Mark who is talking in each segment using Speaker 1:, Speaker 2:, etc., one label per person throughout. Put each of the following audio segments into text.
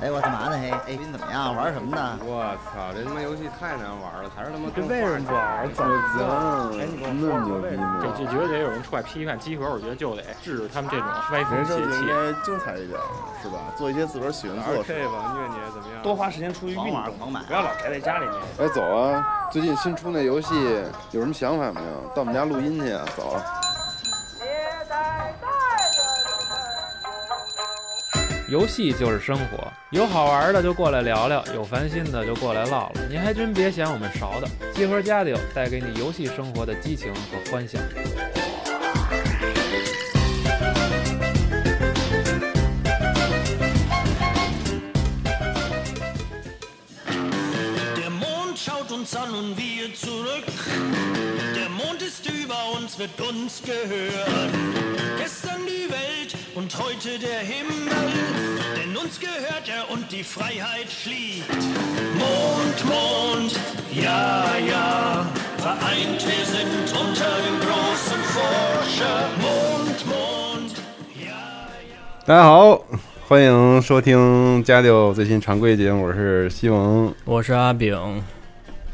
Speaker 1: 哎，我干嘛呢？嘿，哎，你怎么样？玩什么呢？
Speaker 2: 我操，这他妈游戏太难玩了，还是他妈
Speaker 3: 这
Speaker 2: 跟
Speaker 3: 为什么不玩儿？怎么
Speaker 4: 哎你跟
Speaker 3: 那
Speaker 4: 我
Speaker 3: 么牛
Speaker 4: 说
Speaker 3: 逼
Speaker 4: 说
Speaker 3: 吗？
Speaker 5: 这这绝对得有人出来批判集合，我觉得就得制止他们这
Speaker 2: 啊
Speaker 5: 种歪风
Speaker 4: 人
Speaker 5: 邪
Speaker 4: 生就应
Speaker 5: 气。
Speaker 4: 该精彩一点，是吧？做一些自个儿喜欢
Speaker 2: 玩
Speaker 4: 做的事。
Speaker 2: K 吧，虐你怎么样？
Speaker 3: 多花时间出去运
Speaker 1: 狂玩
Speaker 3: 动，
Speaker 1: 狂买，
Speaker 3: 不要老宅在家里面。
Speaker 4: 哎，走啊！最近新出那游戏有什么想法没有？到我们家录音去啊！走啊！
Speaker 6: 游戏就是生活，有好玩的就过来聊聊，有烦心的就过来唠唠。您还真别嫌我们勺的，集合家里有带给你游戏生活的激情和欢笑。
Speaker 7: Der Mond schaut uns an und wir zurück. Der Mond ist über uns, wird uns gehören. Gestern die Welt und heute der Himmel. Denn uns gehört er und die Freiheit fliegt. Mond, Mond, ja, ja. Vereint wir sind unter dem großen Forscher. Mond, Mond, ja.
Speaker 2: 大家好，欢迎收听家六最新常规节目，我是西蒙。
Speaker 8: 我是阿炳，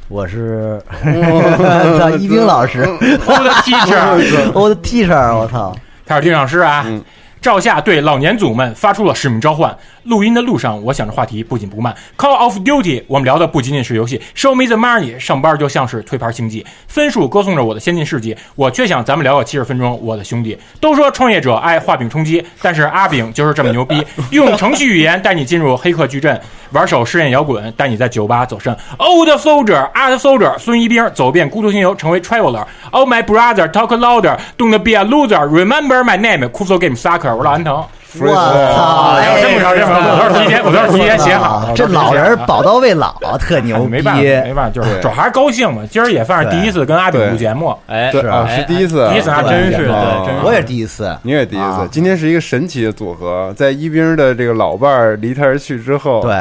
Speaker 1: 我是， 操，一冰老师，
Speaker 5: 我的 teacher，
Speaker 1: 我的 T 恤，我操，
Speaker 8: 他是听上师啊。
Speaker 2: 嗯
Speaker 8: 赵夏对老年祖们发出了使命召唤。录音的路上，我想着话题不紧不慢。Call of Duty，我们聊的不仅仅是游戏。Show me the money，上班就像是推牌竞技。分数歌颂着我的先进事迹，我却想咱们聊个七十分钟。我的兄弟，都说创业者爱画饼充饥，但是阿炳就是这么牛逼，用程序语言带你进入黑客矩阵，玩手实验摇滚，带你在酒吧走肾。Old Soldier, Art Soldier，孙一兵走遍孤独星球，成为 Traveler。Oh my brother, talk louder, don't be a loser. Remember my name, c o o l Game Sucker。我是老安藤。
Speaker 1: 我操，
Speaker 8: 哎这么长，这么长，我都是提前，我都是提前写好。
Speaker 1: 这老人儿宝刀未老，啊特
Speaker 8: 哎
Speaker 1: 牛逼
Speaker 8: 没。办法，没办法，就是
Speaker 4: 对
Speaker 8: 主要还是高兴嘛。今儿也算是第一次跟阿炳录节目，
Speaker 6: 哎，
Speaker 4: 对啊，
Speaker 6: 哎
Speaker 4: 是第一次啊，
Speaker 8: 第一次啊，
Speaker 1: 对
Speaker 8: 真是
Speaker 4: 啊
Speaker 8: 对，真是
Speaker 1: 我也是第一次，
Speaker 4: 你也第一次
Speaker 1: 啊。
Speaker 4: 今天是一个神奇的组合，在一兵的这个老伴儿离他而去之后，，
Speaker 1: 对，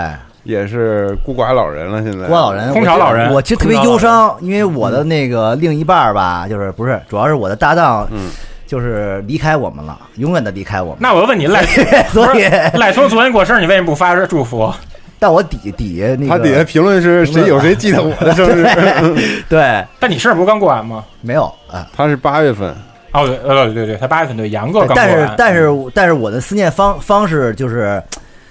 Speaker 4: 也是孤寡老人了。现在
Speaker 1: 郭老人，
Speaker 8: 空巢老人
Speaker 1: 我其实特别忧伤，因为我的那个另一半儿吧，就是不是，主要是我的搭档，
Speaker 4: 嗯
Speaker 1: 就是离开我们了，永远的离开我们。
Speaker 8: 那我就问你，赖
Speaker 1: 所以
Speaker 8: 不是赖松昨天过生日，你为什么不发祝福？
Speaker 1: 但我底底下那个，
Speaker 4: 他底下评论是 谁有谁记得我的生日？
Speaker 1: 对
Speaker 8: 但你生日不是刚过完吗？
Speaker 1: 没有啊。
Speaker 4: 他是八月份，
Speaker 8: 哦，对，呃，对对，他八月份对杨哥
Speaker 1: 对
Speaker 8: 刚过
Speaker 1: 但
Speaker 8: 完。
Speaker 1: 是但
Speaker 8: 嗯
Speaker 1: 是但是我的思念方方式就是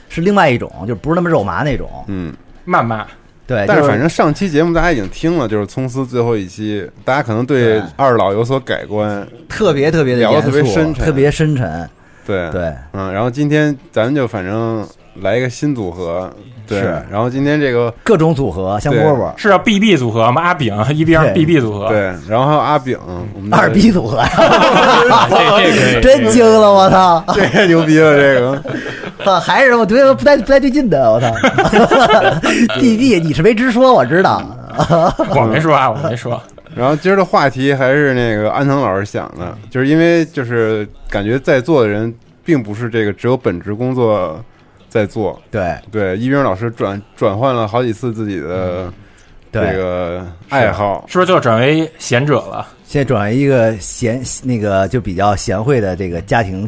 Speaker 1: 是另外一种，就不是那么肉麻那种。
Speaker 4: 嗯，
Speaker 8: 慢慢，
Speaker 1: 对，
Speaker 4: 但
Speaker 1: 哎就是
Speaker 4: 反正上期节目大家已经听了，就是葱丝最后一期，大家可能对
Speaker 1: 对
Speaker 4: 二老有所改观，
Speaker 1: 特别特别的
Speaker 4: 聊得
Speaker 1: 严
Speaker 4: 特
Speaker 1: 肃，
Speaker 4: 别深沉
Speaker 1: 特别深沉。
Speaker 4: 对，
Speaker 1: 对，
Speaker 4: 嗯，然后今天咱们就反正来一个新组合，对，
Speaker 1: 是
Speaker 4: 然后今天这个
Speaker 1: 各种组合，香饽饽。
Speaker 8: 是叫 BB 组合吗？阿炳一边
Speaker 1: 对
Speaker 8: BB 组合，
Speaker 4: 对，然后还有阿炳，我们的
Speaker 1: 二 逼组合，
Speaker 8: 这这可以
Speaker 1: 真惊了！我操，
Speaker 4: 这个牛逼了，这个。
Speaker 1: 操还是我觉得不太不太对劲的，我操！ 弟弟，你是没直说，我知道。
Speaker 8: 我没说啊，我没说。
Speaker 4: 然后今儿的话题还是那个安藤老师想的，就是因为就是感觉在座的人并不是这个只有本职工作在做，
Speaker 1: 对
Speaker 4: 对，一冰老师转转换了好几次自己的这
Speaker 1: 对，
Speaker 4: 个爱好，
Speaker 8: 是不是就转为贤者了？
Speaker 1: 现在转为一个贤那个就比较贤惠的这个家庭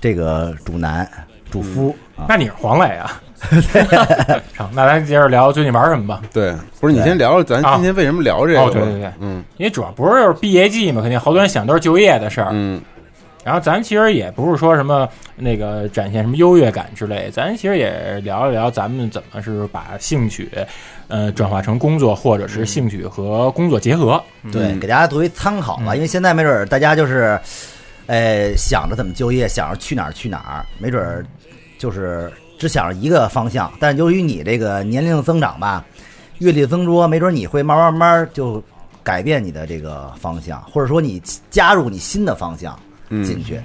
Speaker 1: 这个主男主夫啊，
Speaker 8: 那你是黄磊啊？ 成那咱接着聊最近玩什么吧，
Speaker 4: 对，不是你
Speaker 1: 对
Speaker 4: 先聊聊咱
Speaker 8: 啊
Speaker 4: 今天为什么聊这个吧，
Speaker 8: 哦对对对
Speaker 4: 嗯
Speaker 8: 因为主要不是就是毕业季嘛，肯定好多人想都是就业的事儿。
Speaker 4: 嗯，
Speaker 8: 然后咱其实也不是说什么那个展现什么优越感之类，咱其实也聊一聊咱们怎么是把兴趣，呃，转化成工作，或者是兴趣和工作结合。
Speaker 1: 对，给大家作为参考吧，因为现在没准儿大家就是，呃，想着怎么就业，想着去哪儿去哪儿，没准儿就是只想着一个方向。但是由于你这个年龄的增长吧，阅历的增多，没准儿你会慢慢慢慢就改变你的这个方向，或者说你加入你新的方向进去。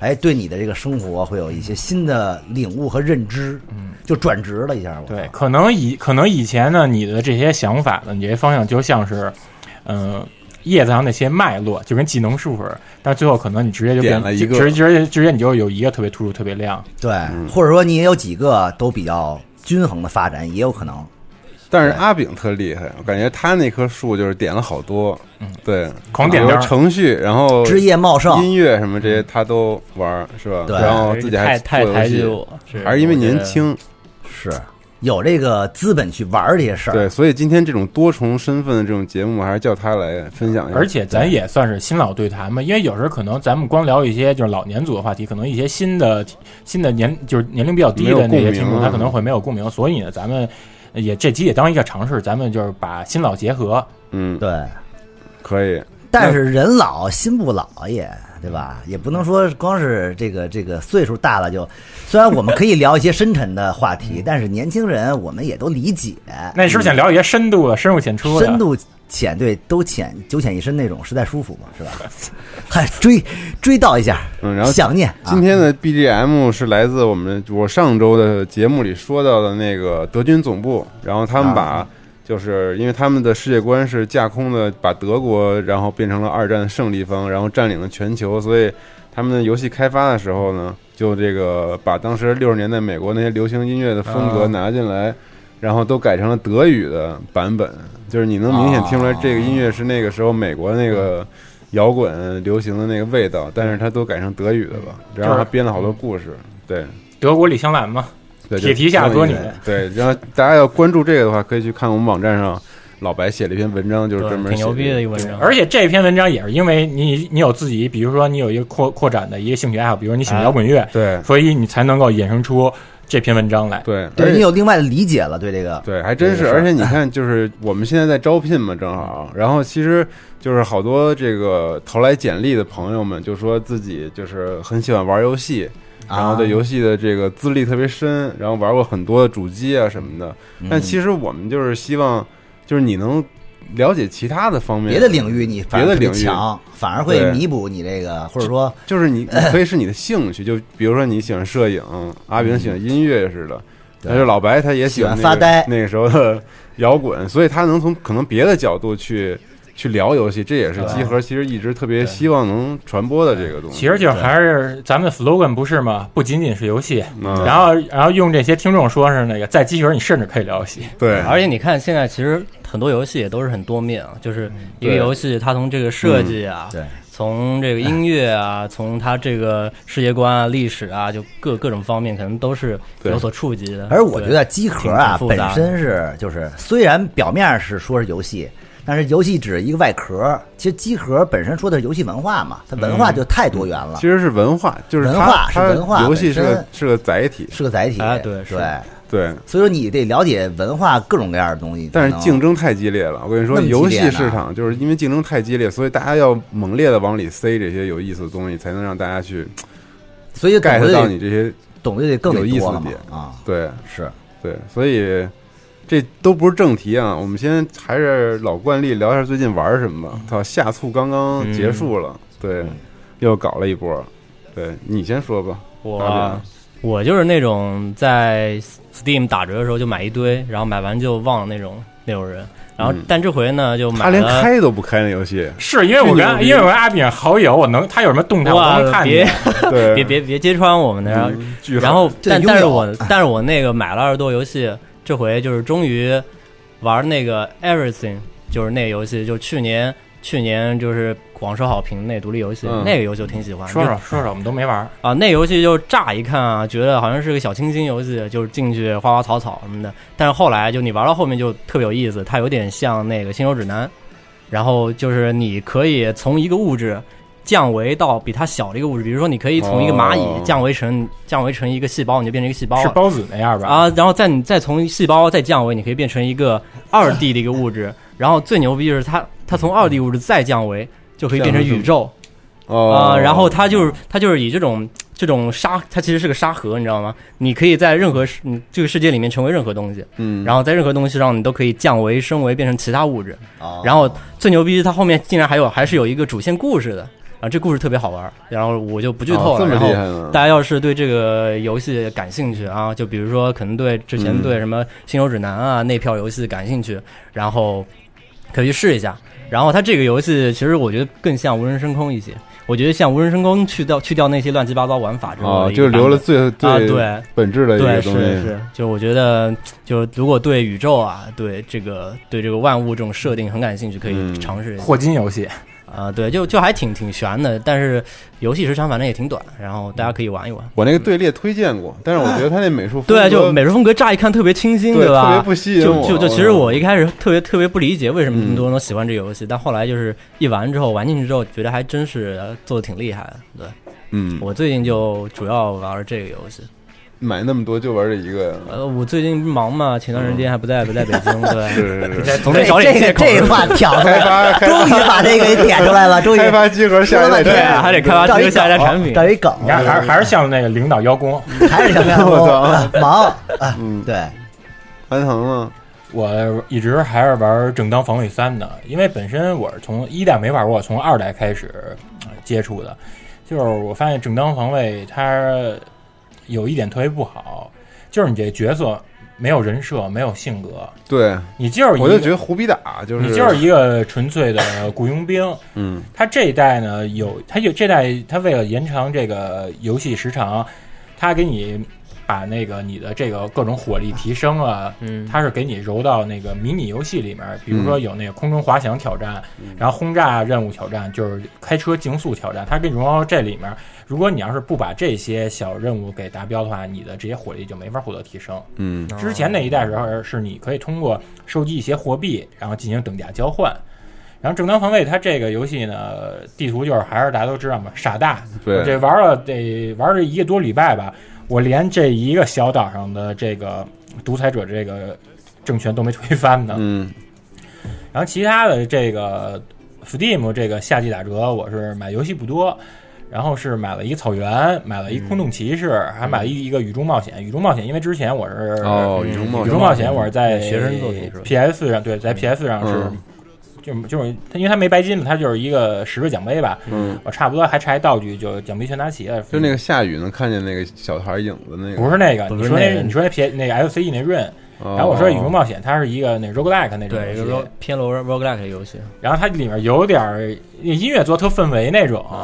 Speaker 1: 哎，对你的这个生活会有一些新的领悟和认知，嗯，就转职了一下，我
Speaker 8: 对，
Speaker 1: 操
Speaker 8: 可能以可能以前呢，你的这些想法呢，你这些方向就像是，嗯、叶子上那些脉络，就跟技能树似的，但最后可能你直接就变
Speaker 4: 点了一个
Speaker 8: 直直接直接你就有一个特别突出、特别亮。
Speaker 1: 对，或者说你也有几个都比较均衡的发展，也有可能。
Speaker 4: 但是
Speaker 1: 对
Speaker 4: 阿炳特厉害，我感觉他那棵树就是点了好多，对，
Speaker 8: 狂嗯点
Speaker 4: 比如
Speaker 8: 单儿
Speaker 4: 程序，然后
Speaker 1: 枝叶茂盛，
Speaker 4: 音乐什么这些他都玩儿，是吧？
Speaker 1: 对
Speaker 4: 然后自己还
Speaker 9: 太太
Speaker 4: 做游
Speaker 9: 抬举
Speaker 4: 戏，
Speaker 9: 我，是
Speaker 4: 还是因为
Speaker 9: 我觉得
Speaker 4: 年轻，
Speaker 1: 是有这个资本去玩儿这些事儿。
Speaker 4: 对，所以今天这种多重身份的这种节目，还是叫他来分享一下。
Speaker 8: 而且咱也算是新老对谈嘛，因为有时候可能咱们光聊一些就是老年组的话题，可能一些新的新的年就是年龄比较低的那
Speaker 4: 没有共鸣
Speaker 8: 些听众，
Speaker 4: 啊
Speaker 8: 他可能会没有共鸣，所以呢，咱们也这期也当一个尝试，咱们就是把新老结合。
Speaker 4: 嗯，
Speaker 1: 对，
Speaker 4: 可以，
Speaker 1: 但是人老心不老也，对吧？也不能说光是这个这个岁数大了就，虽然我们可以聊一些深沉的话
Speaker 4: 嗯
Speaker 1: 题，但是年轻人我们也都理解，
Speaker 8: 那你是不是想聊一些深度的、深入浅出的？
Speaker 1: 深度浅对都浅九浅一深那种实在舒服嘛，是吧？ 还追追悼一下，
Speaker 4: 嗯，然后
Speaker 1: 想念啊
Speaker 4: 今天的 BGM 是来自我们我上周的节目里说到的那个德军总部，然后他们把就是因为他们的世界观是架空的，把德国然后变成了二战胜利方，然后占领了全球，所以他们的游戏开发的时候呢，就这个把当时六十年代美国那些流行音乐的风格
Speaker 8: 啊
Speaker 4: 拿进来。然后都改成了德语的版本，就是你能明显听出来这个音乐是那个时候美国那
Speaker 9: 啊
Speaker 4: 个摇滚流行的那个味道，但是它都改成德语的了。
Speaker 9: 嗯
Speaker 4: 然后他编了好多故事，对，
Speaker 8: 德国李香兰嘛，
Speaker 4: 对
Speaker 8: 铁蹄下歌女，
Speaker 4: 对，然后大家要关注这个的话，可以去看我们网站上老白写了一篇文章，就是专门
Speaker 9: 挺牛逼的一
Speaker 4: 个。
Speaker 9: 个文章，
Speaker 8: 而且这篇文章也是因为你你有自己，比如说你有一个扩扩展的一个兴趣爱好，比如你喜欢
Speaker 9: 啊
Speaker 8: 摇滚乐，
Speaker 4: 对
Speaker 8: 所以你才能够衍生出这篇文章来。
Speaker 4: 对，而
Speaker 1: 对
Speaker 4: 且
Speaker 1: 你有另外的理解了，对这个
Speaker 4: 对，还真
Speaker 1: 这
Speaker 4: 是。
Speaker 1: 个事儿嗯
Speaker 4: 而且你看，就是我们现在在招聘嘛，正好。然后其实就是好多这个投来简历的朋友们，就说自己就是很喜欢玩游戏，然
Speaker 1: 啊
Speaker 4: 后对游戏的这个资历特别深，然后玩过很多主机啊什么的。但
Speaker 1: 嗯
Speaker 4: 其实我们就是希望，就是你能了解其他的方面，
Speaker 1: 别的领域你反而
Speaker 4: 别的领域
Speaker 1: 特别强，反而会
Speaker 4: 对
Speaker 1: 弥补你这个，或者说
Speaker 4: 就 是你你可以是你的兴趣，就比如说你喜欢摄影，阿炳喜欢音乐似的，但是老白他也喜欢
Speaker 1: 嗯喜
Speaker 4: 那
Speaker 1: 欢
Speaker 4: 个
Speaker 1: 发呆
Speaker 4: 那个时候的 摇滚，所以他能从可能别的角度去去聊游戏，这也是集合其实一直特别希望能传播的这个东西。
Speaker 8: 其实就是还是咱们 slogan 不是吗？不仅仅是游戏，
Speaker 4: 嗯
Speaker 8: 然后然后用这些听众说是那个在机器人，你甚至可以聊游戏。，
Speaker 4: 对，
Speaker 9: 啊而且你看，现在其实很多游戏也都是很多面啊，就是一个游戏，它从这个设计啊，
Speaker 1: 嗯对，
Speaker 9: 从这个音 乐啊，从它这个世界观啊、历史啊，就各各种方面，可能都是
Speaker 4: 对
Speaker 9: 有所触及的。
Speaker 1: 而我觉得机
Speaker 9: 挺
Speaker 1: 壳
Speaker 9: 挺
Speaker 1: 啊，
Speaker 9: 复
Speaker 1: 本
Speaker 9: 杂的
Speaker 1: 身是就是，虽然表面上是说是游戏，但是游戏只是一个外壳。其实机壳本身说的是游戏文化嘛，它文化就太多元了，
Speaker 9: 嗯
Speaker 4: 其实是文化，就是
Speaker 1: 文
Speaker 4: 它
Speaker 1: 化是
Speaker 4: 它
Speaker 1: 文化
Speaker 4: 游戏是
Speaker 1: 本
Speaker 4: 个
Speaker 1: 身
Speaker 4: 是个载体，
Speaker 1: 是个载体。
Speaker 9: 哎对是
Speaker 1: 对，
Speaker 4: 对。
Speaker 1: 所以说你得了解文化各种各样的东西。
Speaker 4: 但
Speaker 1: 才
Speaker 4: 是
Speaker 1: 能
Speaker 4: 竞争太激烈了，我跟你说，
Speaker 1: 那么激
Speaker 4: 游
Speaker 1: 烈
Speaker 4: 戏
Speaker 1: 呢
Speaker 4: 市场就是因为竞争太激烈，所以大家要猛烈的往里塞这些有意思的东西，才能让大家去
Speaker 1: 所以懂
Speaker 4: get
Speaker 1: 得
Speaker 4: 到
Speaker 1: 得
Speaker 4: 你这些
Speaker 1: 懂得得更
Speaker 4: 有
Speaker 1: 得
Speaker 4: 意思
Speaker 1: 多
Speaker 4: 的
Speaker 1: 了嘛
Speaker 4: 点
Speaker 1: 啊，
Speaker 4: 对。
Speaker 1: 是
Speaker 4: 对，所以这都不是正题啊。我们先还是老惯例聊一下最近玩什么吧。操，下促刚刚
Speaker 9: 嗯
Speaker 4: 结束了，对，又搞了一波。对你先说吧，
Speaker 9: 我
Speaker 4: 阿
Speaker 9: 啊我就是那种在 Steam 打折的时候就买一堆，然后买完就忘了那种那种人。然后
Speaker 4: 嗯，
Speaker 9: 但这回呢，就
Speaker 4: 炳
Speaker 9: 买
Speaker 4: 他连
Speaker 9: 了。
Speaker 4: 开都不开那游 戏
Speaker 8: 是因为我跟
Speaker 4: 是牛逼
Speaker 8: 因为我跟阿炳好友，我能他有什么动态我
Speaker 9: 哇
Speaker 8: 都能看啊
Speaker 9: 别
Speaker 8: 见。
Speaker 4: 对，
Speaker 9: 别别别揭穿我们的，然后
Speaker 4: 嗯， 巨狠
Speaker 9: 然后，
Speaker 1: 这
Speaker 9: 但
Speaker 1: 拥
Speaker 9: 但是
Speaker 1: 有哎
Speaker 9: 我但是我那个买了二十多游戏，这回就是终于玩那个 Everything，就是那个游戏，就是去年去年就是广受好评那独立游戏，
Speaker 4: 嗯
Speaker 9: 那个游戏我挺喜欢。
Speaker 8: 说
Speaker 9: 就
Speaker 8: 说说说，我们都没玩儿。
Speaker 9: 啊，那游戏就乍一看啊，觉得好像是个小清新游戏，就是进去花花草草什么的。但是后来就你玩到后面就特别有意思，它有点像那个《新手指南》，然后就是你可以从一个物质降维到比它小的一个物质，比如说你可以从一个
Speaker 4: 哦
Speaker 9: 蚂蚁降维成、降维成一个细胞，你就变成一个细胞
Speaker 8: 是
Speaker 9: 了。
Speaker 8: 包子那样吧？
Speaker 9: 啊，然后再你再从细胞再降维，你可以变成一个二 D 的一个物质。然后最牛逼的是它，它从二 D 物质再降维，就可以变成宇宙啊、
Speaker 4: 哦，
Speaker 9: 然后它就是它就是以这种这种沙，它其实是个沙盒，你知道吗？你可以在任何世你这个世界里面成为任何东西，
Speaker 4: 嗯，
Speaker 9: 然后在任何东西上你都可以降维升维变成其他物质。
Speaker 1: 哦
Speaker 9: 然后最牛逼，它后面竟然还有还是有一个主线故事的。然后这故事特别好玩，然后我就不剧透
Speaker 4: 哦
Speaker 9: 了。
Speaker 4: 这么
Speaker 9: 然后
Speaker 4: 厉害呢
Speaker 9: 大家要是对这个游戏感兴趣啊，就比如说可能对之前
Speaker 4: 嗯
Speaker 9: 对什么《新手指南》啊那票游戏感兴趣，然后可以去试一下。然后它这个游戏其实我觉得更像无人升空一些，我觉得像无人深空去掉去掉那些乱七八糟玩法之后
Speaker 4: 啊，
Speaker 9: 的一
Speaker 4: 就
Speaker 9: 个版本，
Speaker 4: 留了最
Speaker 9: 啊，
Speaker 4: 最
Speaker 9: 对，
Speaker 4: 本质的一
Speaker 9: 对，
Speaker 4: 个
Speaker 9: 是
Speaker 4: 东西。
Speaker 9: 是，就我觉得，就如果对宇宙啊，对这个对这个万物这种设定很感兴趣，可以
Speaker 4: 嗯
Speaker 9: 尝试一下。
Speaker 8: 霍金游戏，
Speaker 9: 啊、对，就就还挺挺悬的，但是游戏时长反正也挺短，然后大家可以玩一玩。
Speaker 4: 我那个队列推荐过，但是我觉得他那美术风
Speaker 9: 对，啊就
Speaker 4: 格
Speaker 9: 美术风格乍一看特别清新，
Speaker 4: 对
Speaker 9: 吧？
Speaker 4: 特别不吸引
Speaker 9: 就
Speaker 4: 我。
Speaker 9: 就就，其实我一开始特别特别不理解为什么这么
Speaker 4: 嗯
Speaker 9: 多人都喜欢这游戏，但后来就是一玩之后，玩进去之后，觉得还真是呃做的挺厉害的。对
Speaker 4: 嗯，
Speaker 9: 我最近就主要玩这个游戏，
Speaker 4: 买那么多就玩这一 个，
Speaker 9: 呃，我最近忙嘛，前段时间还不在不在北京，对，
Speaker 4: 嗯 是是是，
Speaker 9: 总得找点
Speaker 1: 哎这
Speaker 9: 借
Speaker 1: 个这个
Speaker 9: 口。
Speaker 1: 话挑出
Speaker 4: 开
Speaker 1: 来，
Speaker 4: 发开
Speaker 1: 终于把这个给点出来了，终于
Speaker 4: 开发集合下一代
Speaker 1: 对
Speaker 9: 对，
Speaker 4: 产
Speaker 9: 还得开发
Speaker 1: 找
Speaker 9: 出
Speaker 1: 一
Speaker 9: 下一代
Speaker 1: 梗
Speaker 9: 产品。
Speaker 1: 找一梗，
Speaker 8: 你看还是还是像那个领导邀功。
Speaker 1: 还是什么 呀？
Speaker 4: 我操
Speaker 1: 啊忙啊，
Speaker 4: 嗯，
Speaker 1: 对，
Speaker 4: 安藤啊，
Speaker 8: 我一直还是玩正当防卫三的，因为本身我是从一代没玩过，从二代开始呃接触的。就是我发现正当防卫它有一点特别不好，就是你这角色没有人设，没有性格，
Speaker 4: 对，
Speaker 8: 你就是一个
Speaker 4: 我就觉得胡逼打啊就是
Speaker 8: 你就是一个纯粹的雇佣兵。
Speaker 4: 嗯
Speaker 8: 他这一代呢，有他有这代，他为了延长这个游戏时长，他给你把那个你的这个各种火力提升了。
Speaker 6: 嗯，
Speaker 8: 它是给你揉到那个迷你游戏里面，比如说有那个空中滑翔挑战，然后轰炸任务挑战，就是开车竞速挑战，它给你揉到这里面。如果你要是不把这些小任务给达标的话，你的这些火力就没法获得提升。
Speaker 4: 嗯
Speaker 8: 之前那一代时候是你可以通过收集一些货币，然后进行等价交换。然后正当防卫它这个游戏呢，地图就是还是大家都知道嘛，傻大。我
Speaker 4: 对
Speaker 8: 这玩了得玩了一个多礼拜吧，我连这一个小岛上的这个独裁者这个政权都没推翻呢。
Speaker 4: 嗯
Speaker 8: 然后其他的这个 Steam 这个夏季打折，我是买游戏不多，然后是买了一个草原，买了一空洞骑士，还买了一一个雨中冒险。雨中冒险，因为之前我是
Speaker 4: 嗯哦，宇宙冒
Speaker 8: 宇
Speaker 4: 险
Speaker 8: 宙冒险，我是在
Speaker 9: 学生作品是吧
Speaker 8: PS 上，对，在 PS 上是
Speaker 4: 嗯，
Speaker 8: 就是就是它，因为它没白金嘛，它就是一个十个奖杯吧，
Speaker 4: 嗯，
Speaker 8: 我差不多还差一道具，就奖杯全拿齐了。
Speaker 4: 就那个下雨能看见那个小孩影子那个，
Speaker 8: 不是那个，
Speaker 9: 不
Speaker 8: 你
Speaker 9: 是
Speaker 8: 说
Speaker 9: 那
Speaker 8: 那
Speaker 9: 个
Speaker 8: 你说那 P 那个 LCE 那润，
Speaker 4: 哦，
Speaker 8: 然后我说宇宙冒险，它是一个那 roguelike 那种
Speaker 4: 嗯
Speaker 8: 游
Speaker 9: 对，就
Speaker 8: 戏
Speaker 9: 是说偏 rogue roguelike 的游戏，
Speaker 8: 然后它里面有点儿音乐做特氛围那种
Speaker 4: 哦
Speaker 9: 啊，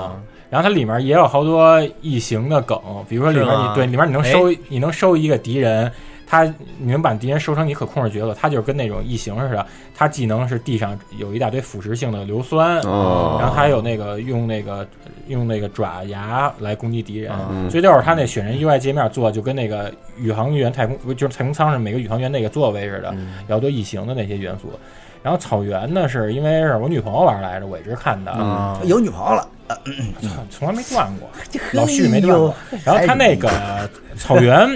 Speaker 8: 然后它里面也有好多异形的梗，比如说里面
Speaker 9: 是吗哎
Speaker 8: 你对里面你能收你能收一个敌人，他你能把敌人收成你可控制角色，他就是跟那种异形似的，他技能是地上有一大堆腐蚀性的硫酸，
Speaker 4: 哦，
Speaker 8: 然后还有那个用那个用那个爪牙来攻击敌人，
Speaker 9: 啊
Speaker 4: 嗯
Speaker 8: 所以就是他那选人 UI 界面做就跟那个宇航员太空不就是太空舱上每个宇航员那个座位似的，有好多异形的那些元素。然后草原呢，是因为是我女朋友玩来着，我一直看的，
Speaker 4: 啊
Speaker 1: 有女朋友了，
Speaker 8: 操从来没断过，老旭没断过。
Speaker 1: 哎呦
Speaker 8: 然后他那个草原，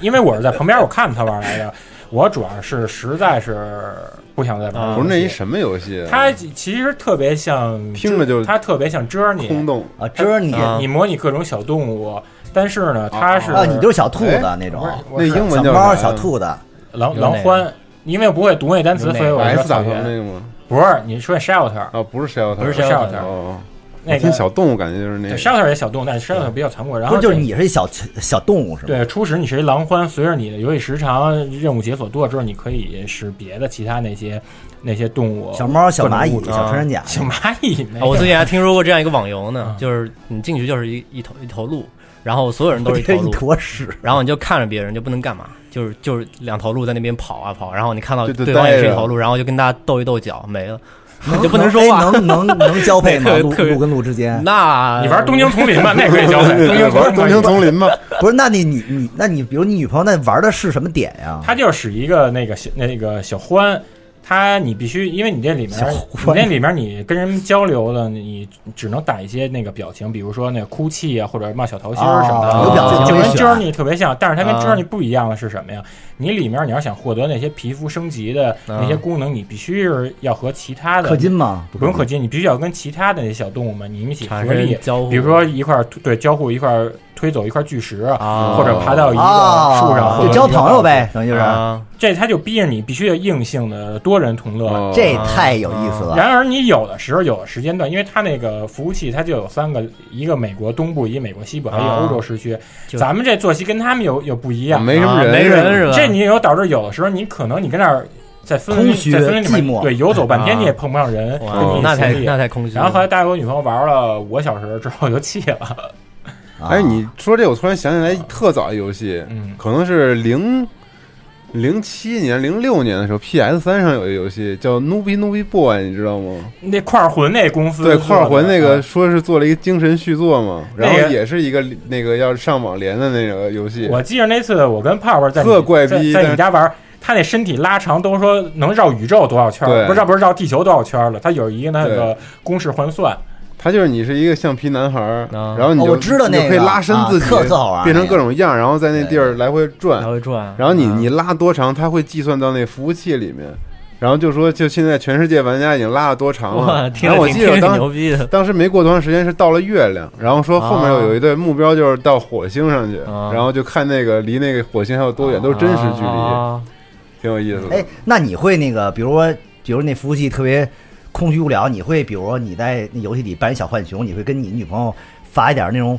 Speaker 8: 因为我是在旁边我看他玩来着，我主要是实在是不想再玩。
Speaker 4: 不是那一。什么游戏啊，
Speaker 8: 他其实特别像，
Speaker 4: 听着就
Speaker 8: 他特别像 Journey，
Speaker 4: 空洞，
Speaker 1: 啊，知你
Speaker 9: 啊
Speaker 8: 你模拟各种小动物，但是呢，它是
Speaker 1: 啊，你就是小兔子
Speaker 4: 哎
Speaker 1: 那种
Speaker 8: 不是，
Speaker 4: 那英文
Speaker 1: 小
Speaker 4: 叫
Speaker 1: 猫、
Speaker 4: 啥呀
Speaker 1: 小兔子，
Speaker 8: 狼
Speaker 9: 有哪
Speaker 8: 狼
Speaker 9: 个
Speaker 8: 獾。因为我不会读那单词，
Speaker 9: 有哪
Speaker 8: 所
Speaker 9: 个
Speaker 8: 以我说
Speaker 4: S
Speaker 8: 草
Speaker 4: 打头那
Speaker 8: 原。
Speaker 4: 个吗？
Speaker 8: 不是，你说 shelter
Speaker 4: 啊，不是 shelter，
Speaker 9: 不是
Speaker 8: shelter，
Speaker 9: shelter
Speaker 4: 哦，
Speaker 8: 那
Speaker 4: 我听
Speaker 8: 个
Speaker 4: 小动物感觉就是那
Speaker 8: 对
Speaker 4: 个
Speaker 8: shelter 也小动物，但是 shelter 比较残酷。然
Speaker 1: 不
Speaker 8: 后
Speaker 1: 是就是
Speaker 8: 这
Speaker 1: 你是一小小动物是吗？
Speaker 8: 对初始你是一狼獾，随着你的游戏时长、任务解锁多了之后，你可以使别的其他那些那些动物，
Speaker 1: 小猫、小蚂
Speaker 8: 各
Speaker 1: 蚁、
Speaker 8: 种物
Speaker 1: 小
Speaker 8: 种
Speaker 1: 穿山甲，
Speaker 8: 小蚂蚁没
Speaker 9: 啊，我
Speaker 8: 有
Speaker 9: 最近还听说过这样一个网游呢
Speaker 8: 嗯，
Speaker 9: 就是你进去就是一一头一头鹿，然后所有人都是一
Speaker 1: 这
Speaker 9: 头
Speaker 1: 一
Speaker 9: 鹿，
Speaker 1: 坨 屎，
Speaker 9: 然后你就看着别人就不能干嘛，就是就是两头鹿在那边跑啊跑，然后你看到
Speaker 4: 就就
Speaker 9: 对方也是
Speaker 4: 待
Speaker 9: 一
Speaker 4: 着
Speaker 9: 头鹿，然后就跟大家斗一斗脚，没了，
Speaker 1: 能
Speaker 9: 就不能说话
Speaker 1: 哎能能能交配吗？
Speaker 9: 特别
Speaker 1: 鹿
Speaker 9: 特别
Speaker 1: 鹿跟鹿之间，
Speaker 9: 那
Speaker 8: 你玩东京丛林吧，那可以 交 代。东京丛
Speaker 4: 玩
Speaker 8: 林
Speaker 4: 东
Speaker 8: 可以
Speaker 4: 京丛林吧，
Speaker 1: 不是？那你你你，那你比如你女朋友那玩的是什么点呀？
Speaker 8: 它就是使一个那个小那个小獾，它你必须因为你这里面
Speaker 1: 小
Speaker 8: 你
Speaker 1: 獾
Speaker 8: 那里面你跟人交流的，你只能打一些那个表情，比如说那个哭泣啊，或者冒小桃心儿什么的。
Speaker 1: 哦有表情
Speaker 8: 就
Speaker 1: 可以
Speaker 8: 跟
Speaker 1: 选
Speaker 8: Journey 特别像，但是它跟
Speaker 9: 啊
Speaker 8: Journey 不一样的是什么呀？你里面你要想获得那些皮肤升级的那些功能，你必须是要和其他的
Speaker 1: 氪金吗？
Speaker 8: 不用氪金，你必须要跟其他的那些小动物们你们一起合
Speaker 9: 产生
Speaker 8: 力，
Speaker 9: 交互，
Speaker 8: 比如说一块儿对交互一块儿推走一块巨石，
Speaker 9: 啊，
Speaker 8: 或者爬到一个
Speaker 1: 啊，
Speaker 8: 树上，或者
Speaker 1: 就交朋友呗，等于就是
Speaker 9: 啊
Speaker 8: 这他就逼着你必须要硬性的嗯多人同乐。
Speaker 4: 哦
Speaker 1: 这太有意思了。啊
Speaker 8: 然而，你有的时候有的时间段，因为它那个服务器它就有三个，一个美国东部，一个美国西部，还有
Speaker 9: 啊
Speaker 8: 欧洲时区。
Speaker 9: 就
Speaker 8: 咱们这作息跟他们有有不一样，
Speaker 4: 没什么
Speaker 9: 啊
Speaker 4: 人，
Speaker 9: 没人是吧？
Speaker 8: 这你有导致有的时候你可能你跟那儿在森
Speaker 1: 空
Speaker 8: 林
Speaker 1: 虚
Speaker 8: 在森林里
Speaker 1: 寂
Speaker 8: 面
Speaker 1: 寞
Speaker 8: 对游走半天
Speaker 9: 啊
Speaker 8: 你也碰不上人，
Speaker 9: 哇哦
Speaker 8: 跟你
Speaker 9: 那太
Speaker 8: 行李
Speaker 9: 那太空虚了。
Speaker 8: 然后后来带着我女朋友玩了五个小时之后就气了，
Speaker 1: 啊
Speaker 4: 哎，你说这，我突然想起来特早的游戏，
Speaker 8: 嗯，
Speaker 4: 可能是零零七年、零六年的时候，PS 三上有一个游戏叫《Noob Noob Boy》，你知道吗？
Speaker 8: 那块儿魂那公司
Speaker 4: 对，
Speaker 8: 做的
Speaker 4: 块儿魂那个
Speaker 8: 啊
Speaker 4: 说是做了一个精神续作嘛，
Speaker 8: 那
Speaker 4: 然
Speaker 8: 个
Speaker 4: 后也是一个那个要上网连的那个游戏。
Speaker 8: 我记着那次我跟泡泡在你
Speaker 4: 特怪逼
Speaker 8: 在在
Speaker 4: 但
Speaker 8: 你
Speaker 4: 是
Speaker 8: 家玩，他那身体拉长都说能绕宇宙多少圈儿，
Speaker 4: 对
Speaker 8: 不是不是绕地球多少圈儿了，他有一个那个公式换算，
Speaker 4: 他就是你是一个橡皮男孩儿，
Speaker 9: 啊
Speaker 4: 然后你
Speaker 1: 哦
Speaker 4: 就
Speaker 1: 我知道
Speaker 4: 你就
Speaker 1: 那
Speaker 4: 可以
Speaker 1: 个
Speaker 4: 拉伸
Speaker 1: 啊
Speaker 4: 自己，
Speaker 1: 特特好玩
Speaker 4: 变成
Speaker 1: 那
Speaker 4: 各
Speaker 1: 个
Speaker 4: 种样，然后在那地儿来回转
Speaker 9: 来，回转，
Speaker 4: 然后你
Speaker 9: 啊
Speaker 4: 你拉多长，它会计算到那服务器里面，然后就说就现在全世界玩家已经拉了多长
Speaker 9: 哇，
Speaker 4: 了。
Speaker 9: 听
Speaker 4: 然后
Speaker 9: 着
Speaker 4: 我
Speaker 9: 挺
Speaker 4: 记
Speaker 9: 听
Speaker 4: 得
Speaker 9: 着挺
Speaker 4: 当
Speaker 9: 牛逼的，
Speaker 4: 当时没过多长时间是到了月亮，然后说后面有有一对目标就是到火星上去，
Speaker 9: 啊
Speaker 4: 然后就看那个离那个火星还有多远，都是真实距离，
Speaker 9: 啊
Speaker 4: 挺有意思的。
Speaker 1: 哎，那你会那个，比如说，比如那服务器特别空虚无聊，你会比如说你在那游戏里扮演小浣熊，你会跟你女朋友发一点那种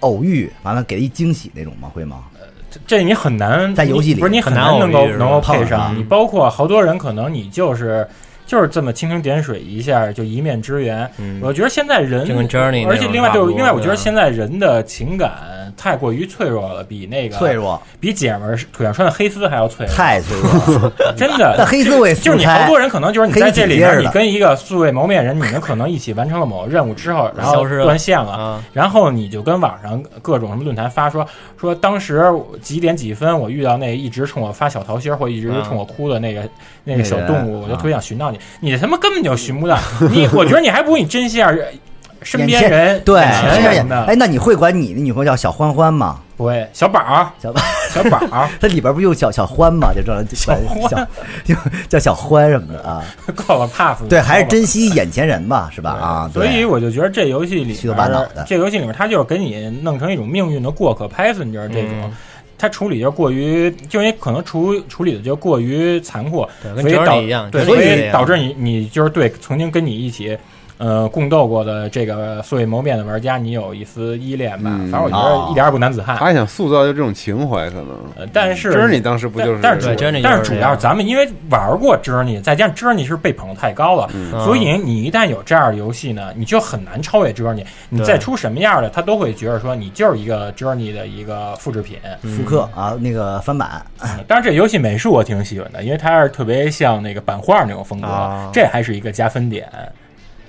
Speaker 1: 偶遇，完了给她一惊喜那种吗？会吗？
Speaker 8: 这这你很难
Speaker 1: 在游戏里
Speaker 8: 不是你很难
Speaker 9: 很难
Speaker 8: 能够
Speaker 9: 偶遇是吧嗯
Speaker 8: 能够配
Speaker 1: 碰
Speaker 8: 上，
Speaker 9: 上
Speaker 8: 你包括好多人可能你就是就是这么蜻蜓点水一下就一面之缘，
Speaker 9: 嗯
Speaker 8: 我觉得现在人
Speaker 9: 就跟 Journey 那种
Speaker 8: 而且另外就是
Speaker 9: 差不多
Speaker 8: 另外我觉得
Speaker 9: 对
Speaker 8: 现在人的情感太过于脆弱了，比那个
Speaker 1: 脆弱，
Speaker 8: 比姐们儿腿上穿的黑丝还要脆弱，
Speaker 1: 太脆弱了。
Speaker 8: 真
Speaker 1: 但
Speaker 8: 的。
Speaker 1: 黑丝我也
Speaker 8: 就是你好多人可能就是你在这里
Speaker 1: 黑子姐姐
Speaker 8: 面，
Speaker 1: 似
Speaker 8: 你
Speaker 1: 的
Speaker 8: 跟一个素未谋面人，你们可能一起完成了某个任务之后，然后
Speaker 9: 消失了
Speaker 8: 断线了，
Speaker 9: 啊，
Speaker 8: 然后你就跟网上各种什么论坛发说说，当时我几点几分我遇到那一直冲我发小桃心儿或一直冲我哭的那个、那个小动
Speaker 1: 那个
Speaker 8: 物，
Speaker 1: 人
Speaker 9: 啊
Speaker 8: 我就特别想寻到你，你他妈根本就寻不到你，我觉得你还不如你真心眼儿 身边人
Speaker 1: 对，
Speaker 8: 眼前
Speaker 1: 是
Speaker 8: 人呢，
Speaker 1: 哎，那你会管你的女朋友叫小欢欢吗？
Speaker 8: 不会小宝儿
Speaker 1: 小 宝
Speaker 8: 小宝儿
Speaker 1: 它里边不就小小欢吗？就这样
Speaker 8: 小欢
Speaker 1: 小 就叫小欢什么的啊？
Speaker 8: 够了怕死你
Speaker 1: 对，还是
Speaker 8: 够了
Speaker 1: 珍惜眼前人吧，是吧？啊，
Speaker 8: 所以
Speaker 1: 对
Speaker 8: 我就觉得这游戏里
Speaker 1: 虚头
Speaker 8: 边
Speaker 1: 巴脑
Speaker 8: 儿
Speaker 1: 的，
Speaker 8: 这游戏里面它就是给你弄成一种命运的过客 passenger 这种
Speaker 9: 嗯，
Speaker 8: 它处理就过于，就因为可能处处理的就过于残酷，
Speaker 9: 对，跟
Speaker 8: 所以导
Speaker 9: Journey 一样，
Speaker 8: 对，
Speaker 9: 所
Speaker 8: 所以导致你你就是对曾经跟你一起。呃，共斗过的这个素未谋面的玩家，你有一丝依恋吧？
Speaker 4: 嗯
Speaker 8: 反正我觉
Speaker 1: 哦
Speaker 8: 得一点儿也不男子汉。
Speaker 4: 他想塑造就这种情怀，可能。
Speaker 8: 呃
Speaker 1: 哎
Speaker 8: 但是
Speaker 4: 真是你当时不
Speaker 8: 但
Speaker 4: 就是？
Speaker 8: 但是
Speaker 9: 对
Speaker 8: 主
Speaker 9: Journey
Speaker 8: 但是
Speaker 9: 就是
Speaker 8: 主
Speaker 9: 这
Speaker 8: 要
Speaker 9: 样
Speaker 8: 咱们因为玩过 Journey，再加上 Journey 是被捧得太高了，
Speaker 4: 嗯
Speaker 8: 所以你一旦有这样的游戏呢，你就很难超越 Journey。你
Speaker 9: 对
Speaker 8: 再出什么样的，他都会觉得说你就是一个 Journey 的一个复制品。
Speaker 1: 复刻啊，那个翻版，
Speaker 4: 嗯
Speaker 8: 当然，这游戏美术我挺喜欢的，因为它是特别像那个版画那种风格，
Speaker 9: 啊
Speaker 8: 这还是一个加分点。